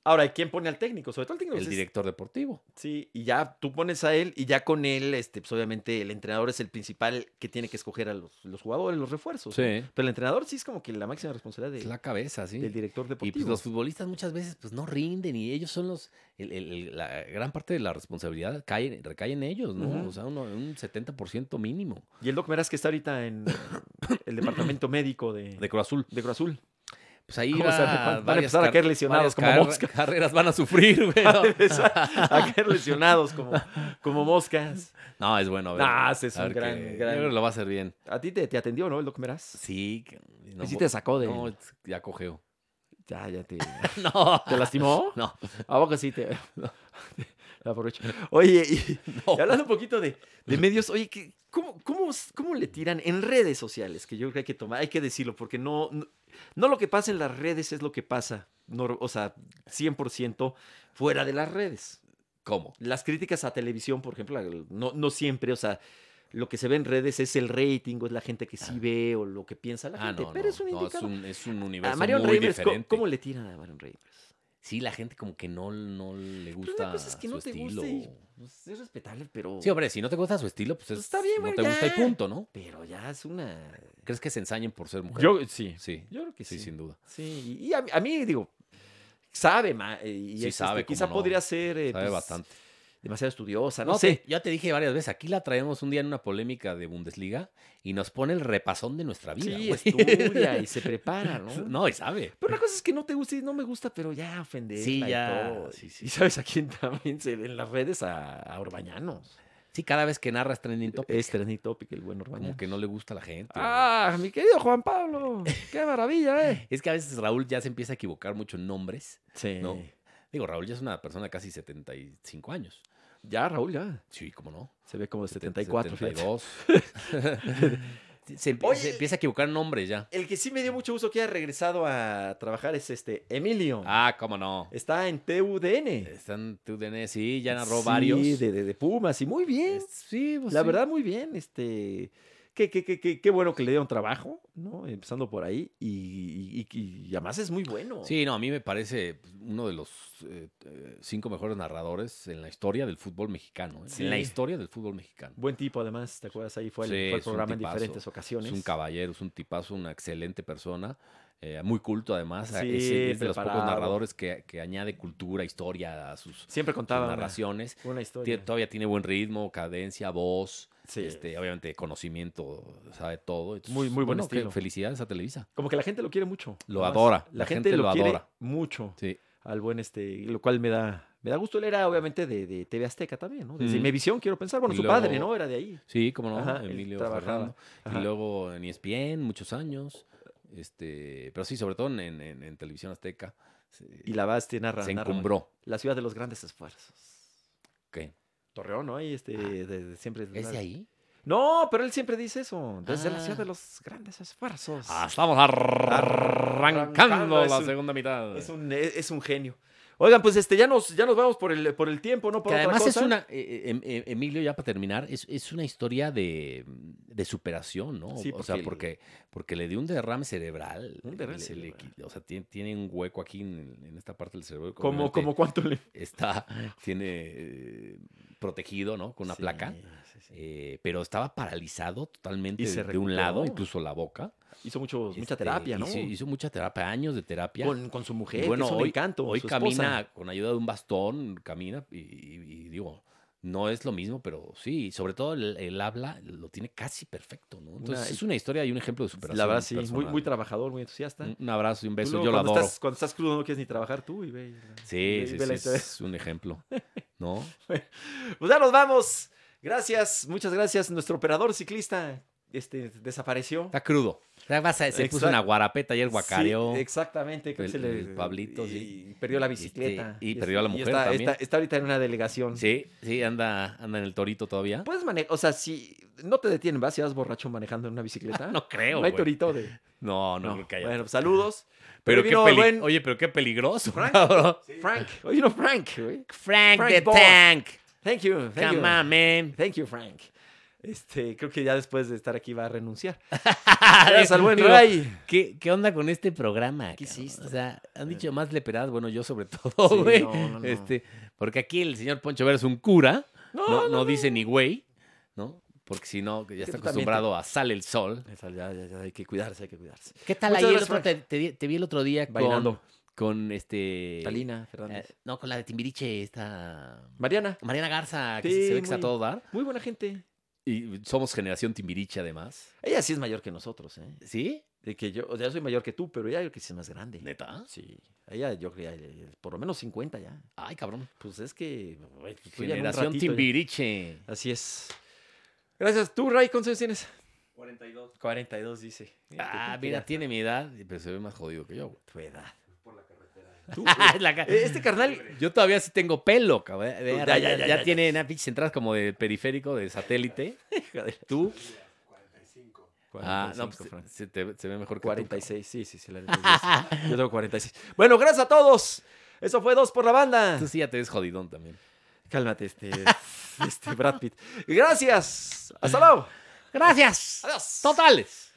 Speaker 1: Ahora, ¿y ¿quién pone al técnico? Sobre todo al técnico.
Speaker 2: pues el
Speaker 1: pues, es-
Speaker 2: director deportivo.
Speaker 1: Sí, y ya tú pones a él y ya con él, este, pues obviamente el entrenador es el principal que tiene que escoger a los, los jugadores, los refuerzos.
Speaker 2: Sí.
Speaker 1: Pero el entrenador sí es como que la máxima responsabilidad
Speaker 2: Es
Speaker 1: de-
Speaker 2: la cabeza, sí.
Speaker 1: del director
Speaker 2: Y
Speaker 1: deportivo.
Speaker 2: pues los futbolistas muchas veces pues no rinden y ellos son los, el- el- el- la gran parte de la responsabilidad cae, recae en ellos, ¿no?
Speaker 1: Ujú.
Speaker 2: O sea, uno- un 70% mínimo
Speaker 1: Y el Doc Meraz que está ahorita en el departamento médico de,
Speaker 2: de Cruz Azul.
Speaker 1: de Cruz Azul.
Speaker 2: Pues ahí
Speaker 1: ¿Cómo
Speaker 2: va-
Speaker 1: sabe cuándo van a
Speaker 2: varias
Speaker 1: empezar a
Speaker 2: car-
Speaker 1: caer lesionados
Speaker 2: varias
Speaker 1: como
Speaker 2: carre-
Speaker 1: mosca?
Speaker 2: Carreras van a sufrir, güey. ¿no?
Speaker 1: Empezar a caer lesionados como, como moscas.
Speaker 2: No, es bueno. a ver,
Speaker 1: Nah, ese es
Speaker 2: a
Speaker 1: un
Speaker 2: ver
Speaker 1: gran-
Speaker 2: qué-
Speaker 1: gran-
Speaker 2: Yo creo que lo va a hacer bien.
Speaker 1: ¿A ti te, te atendió, no, el Doc Meraz?
Speaker 2: Sí. que- No,
Speaker 1: y sí te sacó de...
Speaker 2: no, es- ya cojeo.
Speaker 1: Ya, ya te...
Speaker 2: No.
Speaker 1: ¿Te lastimó?
Speaker 2: No.
Speaker 1: ¿A poco sí te... La aprovecho. Oye, y...
Speaker 2: No.
Speaker 1: Y hablando un poquito de, de medios, oye, ¿qué- cómo, cómo, cómo le tiran en redes sociales? Que yo creo que hay que tomar, hay que decirlo, porque no, no, no lo que pasa en las redes es lo que pasa, nor- o sea, 100% fuera de las redes.
Speaker 2: ¿Cómo?
Speaker 1: Las críticas a televisión, por ejemplo, la- no, no siempre, o sea, lo que se ve en redes es el rating, o es la gente que sí ve, o lo que piensa la
Speaker 2: Ah,
Speaker 1: gente,
Speaker 2: no,
Speaker 1: pero
Speaker 2: no,
Speaker 1: es un
Speaker 2: no,
Speaker 1: indicador.
Speaker 2: un, es un
Speaker 1: a
Speaker 2: universo
Speaker 1: Marion
Speaker 2: muy
Speaker 1: Reimers, ¿cómo-
Speaker 2: diferente.
Speaker 1: ¿cómo, le tiran a Marion Reimers?
Speaker 2: Sí, la gente como que no, no le
Speaker 1: Pues
Speaker 2: Pues gusta
Speaker 1: una cosa es que
Speaker 2: su
Speaker 1: no te
Speaker 2: estilo.
Speaker 1: guste y, pues, es respetable, pero...
Speaker 2: Sí, hombre, si no te gusta su estilo, pues,
Speaker 1: Pues
Speaker 2: es-
Speaker 1: está bien,
Speaker 2: no
Speaker 1: bueno,
Speaker 2: te gusta y
Speaker 1: ya.
Speaker 2: punto, ¿no?
Speaker 1: Pero ya es una...
Speaker 2: ¿Crees que se ensañen por ser mujer?
Speaker 1: sí.
Speaker 2: sí,
Speaker 1: Yo creo que
Speaker 2: sí,
Speaker 1: sí.
Speaker 2: sin duda.
Speaker 1: Sí, y- y a, mí- a mí, digo, sabe más. Y
Speaker 2: Sí
Speaker 1: es,
Speaker 2: sabe,
Speaker 1: este, quizá
Speaker 2: cómo no.
Speaker 1: podría ser eh,
Speaker 2: Sabe
Speaker 1: pues,
Speaker 2: bastante.
Speaker 1: demasiado estudiosa, no,
Speaker 2: No,
Speaker 1: sé.
Speaker 2: te- ya te dije varias veces, aquí la traemos un día en una polémica de Bundesliga y nos pone el repasón de nuestra vida.
Speaker 1: Sí,
Speaker 2: güey.
Speaker 1: estudia y se prepara, ¿no?
Speaker 2: No, y sabe.
Speaker 1: Pero la cosa es que no te gusta y no me gusta, pero ya ofenderla
Speaker 2: Sí,
Speaker 1: y
Speaker 2: ya,
Speaker 1: todo.
Speaker 2: sí, sí.
Speaker 1: Y sabes a quién también se ve en las redes a, a Orbañanos.
Speaker 2: Sí, cada vez que narras trending topic,
Speaker 1: Es trending topic el buen
Speaker 2: como
Speaker 1: Orbañanos.
Speaker 2: que no le gusta a la gente.
Speaker 1: Ah, mi querido Juan Pablo, qué maravilla, eh.
Speaker 2: Es que a veces Raúl ya se empieza a equivocar mucho en nombres.
Speaker 1: Sí.
Speaker 2: No. Digo, Raúl ya es una persona de casi 75 años.
Speaker 1: Ya, Raúl, ya.
Speaker 2: Sí, cómo no.
Speaker 1: Se ve como de 74.
Speaker 2: 74,
Speaker 1: fíjate.
Speaker 2: 72. se, empie-
Speaker 1: Oye.
Speaker 2: se empieza a equivocar nombres ya.
Speaker 1: El que sí me dio mucho gusto que haya regresado a trabajar es este Emilio.
Speaker 2: Ah, cómo no.
Speaker 1: Está en TUDN.
Speaker 2: Están tu DN, sí, ya narró
Speaker 1: Sí,
Speaker 2: varios.
Speaker 1: De, de- de Pumas, y muy bien.
Speaker 2: Es- Sí, pues
Speaker 1: la
Speaker 2: sí.
Speaker 1: verdad, muy bien. Este, qué, qué, qué, qué, qué bueno que le dieron trabajo, ¿no? Empezando por ahí. Y, y- y- y además es muy bueno.
Speaker 2: Sí, no, a mí me parece pues, uno de los eh, eh, cinco mejores narradores en la historia del fútbol mexicano. ¿eh?
Speaker 1: Sí.
Speaker 2: En la historia del fútbol mexicano.
Speaker 1: Buen tipo, además, ¿te acuerdas? Ahí fue el,
Speaker 2: Sí,
Speaker 1: fue el
Speaker 2: es un
Speaker 1: programa en
Speaker 2: tipazo.
Speaker 1: diferentes ocasiones.
Speaker 2: Es un caballero, es un tipazo, una excelente persona, eh, muy culto además.
Speaker 1: Sí,
Speaker 2: es, es de los pocos
Speaker 1: preparado.
Speaker 2: narradores que, que añade cultura, historia a sus, sus
Speaker 1: Siempre contaba una,
Speaker 2: narraciones.
Speaker 1: una
Speaker 2: Tie-
Speaker 1: historia.
Speaker 2: todavía tiene buen ritmo, cadencia, voz,
Speaker 1: Sí.
Speaker 2: este, obviamente conocimiento, sabe todo. Entonces,
Speaker 1: Muy- muy buen
Speaker 2: bueno, que
Speaker 1: estilo.
Speaker 2: Felicidades a Televisa.
Speaker 1: Como que la gente lo quiere mucho.
Speaker 2: Lo
Speaker 1: además.
Speaker 2: adora,
Speaker 1: La, gente, lo, quiere
Speaker 2: adora.
Speaker 1: mucho.
Speaker 2: Sí.
Speaker 1: al buen este, lo cual me da, me da gusto. Él era obviamente de, de TV Azteca también, ¿no? Desde
Speaker 2: Ujú.
Speaker 1: Imevisión, quiero pensar. Bueno,
Speaker 2: Y
Speaker 1: su
Speaker 2: luego-
Speaker 1: padre, ¿no? Era de ahí.
Speaker 2: Sí, como no,
Speaker 1: Ajá, él
Speaker 2: Emilio
Speaker 1: trabajaba.
Speaker 2: Ferrando.
Speaker 1: Ajá.
Speaker 2: Y luego en E ESPN, muchos años. Este, pero sí, sobre todo en, en- en Televisión Azteca. Se,
Speaker 1: Y la vas tiene
Speaker 2: eh, se encumbró.
Speaker 1: La ciudad de los grandes esfuerzos.
Speaker 2: ¿Qué?
Speaker 1: Torreón, ¿no? Ahí este, de- de- siempre.
Speaker 2: Ah, ¿Es de ahí?
Speaker 1: No, pero él siempre dice eso. Desde la ciudad
Speaker 2: Ah.
Speaker 1: de los grandes esfuerzos.
Speaker 2: Ah, estamos Ah, arrancando
Speaker 1: Arrancando, es
Speaker 2: la
Speaker 1: un- e,
Speaker 2: segunda mitad.
Speaker 1: Es un, es un genio. Oigan, pues este, ya nos, ya nos vamos por el, por el tiempo, ¿no? Por
Speaker 2: Que
Speaker 1: otra
Speaker 2: además es
Speaker 1: cosa.
Speaker 2: una, eh, em- em- Emilio, ya para terminar, es, es una historia de, de superación, ¿no?
Speaker 1: Sí,
Speaker 2: o sea,
Speaker 1: porque-
Speaker 2: porque, porque le dio un derrame cerebral.
Speaker 1: Un derrame
Speaker 2: le- le
Speaker 1: cerebral.
Speaker 2: qui- o sea, tiene, tiene un hueco aquí en, en esta parte del cerebro. que
Speaker 1: Como,
Speaker 2: obviamente
Speaker 1: como cuánto le.
Speaker 2: Está, tiene eh, protegido, ¿no? Con una
Speaker 1: Sí,
Speaker 2: placa.
Speaker 1: sí, sí.
Speaker 2: eh, pero estaba paralizado totalmente
Speaker 1: Y se
Speaker 2: de, de un lado,
Speaker 1: recuperó.
Speaker 2: incluso la boca.
Speaker 1: Hizo mucho, mucha
Speaker 2: Este,
Speaker 1: terapia, ¿no?
Speaker 2: Hizo, hizo mucha terapia, años de terapia.
Speaker 1: con, con su mujer,
Speaker 2: Y
Speaker 1: bueno,
Speaker 2: bueno,
Speaker 1: es un
Speaker 2: hoy,
Speaker 1: encanto.
Speaker 2: hoy
Speaker 1: su
Speaker 2: camina
Speaker 1: esposa.
Speaker 2: con ayuda de un bastón, camina y, y- y digo, no es lo mismo, pero sí, sobre todo el, el habla lo tiene casi perfecto, ¿no? Entonces
Speaker 1: Una-
Speaker 2: es una historia y un ejemplo de superación.
Speaker 1: La verdad, sí, muy,
Speaker 2: personal.
Speaker 1: muy trabajador, muy entusiasta.
Speaker 2: Un- Un abrazo y un
Speaker 1: Tú
Speaker 2: beso,
Speaker 1: luego
Speaker 2: yo lo
Speaker 1: cuando
Speaker 2: adoro.
Speaker 1: Estás, cuando estás crudo no quieres ni trabajar tú y ve. y la-
Speaker 2: Sí,
Speaker 1: y
Speaker 2: sí,
Speaker 1: ve la
Speaker 2: sí,
Speaker 1: historia.
Speaker 2: es un ejemplo, ¿no?
Speaker 1: Pues ya nos vamos. Gracias, muchas gracias. Nuestro operador ciclista este, desapareció.
Speaker 2: Está crudo. O sea, vas a- se puso
Speaker 1: Exacto.
Speaker 2: una guarapeta y el guacareo.
Speaker 1: Sí, exactamente. creo que
Speaker 2: El-
Speaker 1: se le-
Speaker 2: el Pablito, sí.
Speaker 1: y perdió la bicicleta.
Speaker 2: Este, y perdió a la
Speaker 1: y
Speaker 2: mujer
Speaker 1: está,
Speaker 2: también.
Speaker 1: está- está ahorita en una delegación.
Speaker 2: Sí, sí, anda, anda en el torito todavía.
Speaker 1: Puedes manejar, o sea, si no te detienen, vas si vas borracho manejando en una bicicleta.
Speaker 2: No creo,
Speaker 1: No hay
Speaker 2: güey.
Speaker 1: torito de.
Speaker 2: No, no, creo que haya.
Speaker 1: Bueno, pues, saludos.
Speaker 2: pero
Speaker 1: hoy
Speaker 2: qué
Speaker 1: vino
Speaker 2: peli-
Speaker 1: buen-
Speaker 2: Oye, pero qué peligroso,
Speaker 1: Frank.
Speaker 2: cabrón.
Speaker 1: Frank. Oye, no, Frank. güey.
Speaker 2: Frank,
Speaker 1: Frank
Speaker 2: the
Speaker 1: Boss.
Speaker 2: Tank.
Speaker 1: Thank you. Thank
Speaker 2: Come
Speaker 1: you.
Speaker 2: on, man.
Speaker 1: Thank you, Frank. Este, creo que ya después de estar aquí va a renunciar. Gracias al buen
Speaker 2: Digo,
Speaker 1: Ray.
Speaker 2: ¿Qué, qué onda con este programa?
Speaker 1: ¿Qué
Speaker 2: cabrón?
Speaker 1: hiciste?
Speaker 2: O sea, han dicho más leperadas, bueno, yo sobre
Speaker 1: Sí,
Speaker 2: todo, güey.
Speaker 1: no, no, no.
Speaker 2: Este, porque aquí el señor Poncho Vera es un cura, no, Oh, no, dice ni güey, ¿no? Porque si no, que ya
Speaker 1: Que
Speaker 2: está
Speaker 1: tú también
Speaker 2: acostumbrado a sale el sol.
Speaker 1: Esa, Ya, ya, ya, hay que cuidarse, hay que cuidarse.
Speaker 2: ¿Qué tal
Speaker 1: Muchas
Speaker 2: ahí? El
Speaker 1: gracias,
Speaker 2: otro te, te vi- te vi el otro día con,
Speaker 1: Bailando.
Speaker 2: con este.
Speaker 1: Talina Fernández.
Speaker 2: eh, no, con la de Timbiriche, esta.
Speaker 1: Mariana,
Speaker 2: Mariana Garza, que
Speaker 1: Sí,
Speaker 2: se- se ve que está
Speaker 1: muy-
Speaker 2: a todo dar.
Speaker 1: muy buena gente.
Speaker 2: Y somos generación Timbiriche, además.
Speaker 1: Ella sí es mayor que nosotros, ¿eh?
Speaker 2: ¿Sí?
Speaker 1: De que yo, o sea, yo soy mayor que tú, pero ella creo que sí es más grande.
Speaker 2: ¿Neta?
Speaker 1: Sí. Ella, yo creo, que ya- por lo menos 50 ya.
Speaker 2: Ay, cabrón.
Speaker 1: Pues es que. güey, pues tú ya en un
Speaker 2: Generación
Speaker 1: ratito ya-
Speaker 2: Timbiriche.
Speaker 1: Así es. Gracias. ¿Tú, Ray, cuántos años tienes? 42. 42, dice.
Speaker 2: Ah,
Speaker 1: tú,
Speaker 2: mira, tiene mi edad, pero se ve más jodido que yo. güey.
Speaker 1: Tu edad. Por la carretera.
Speaker 2: Es la ca-
Speaker 1: este carnal.
Speaker 2: Yo todavía sí tengo pelo, cabrón. Ve,
Speaker 1: Pues Ya,
Speaker 2: Ya,
Speaker 1: ya,
Speaker 2: ya,
Speaker 1: ya,
Speaker 2: ya
Speaker 1: ya.
Speaker 2: tiene una pinche entrada como de periférico, de satélite.
Speaker 1: hija de- Ah,
Speaker 2: Tú. ah,
Speaker 1: 45,
Speaker 2: no, pues,
Speaker 1: Frank.
Speaker 2: se, te- se ve
Speaker 1: eh,
Speaker 2: mejor que tú,
Speaker 1: 46, sí, sí, sí, la neta, sí, sí. Yo tengo 46. Bueno, gracias a todos. Eso fue dos por la banda.
Speaker 2: cabrón. Tú sí ya te ves jodidón también.
Speaker 1: Cálmate, este, este Brad Pitt. Gracias. Hasta luego.
Speaker 2: Gracias.
Speaker 1: Adiós.
Speaker 2: Totales.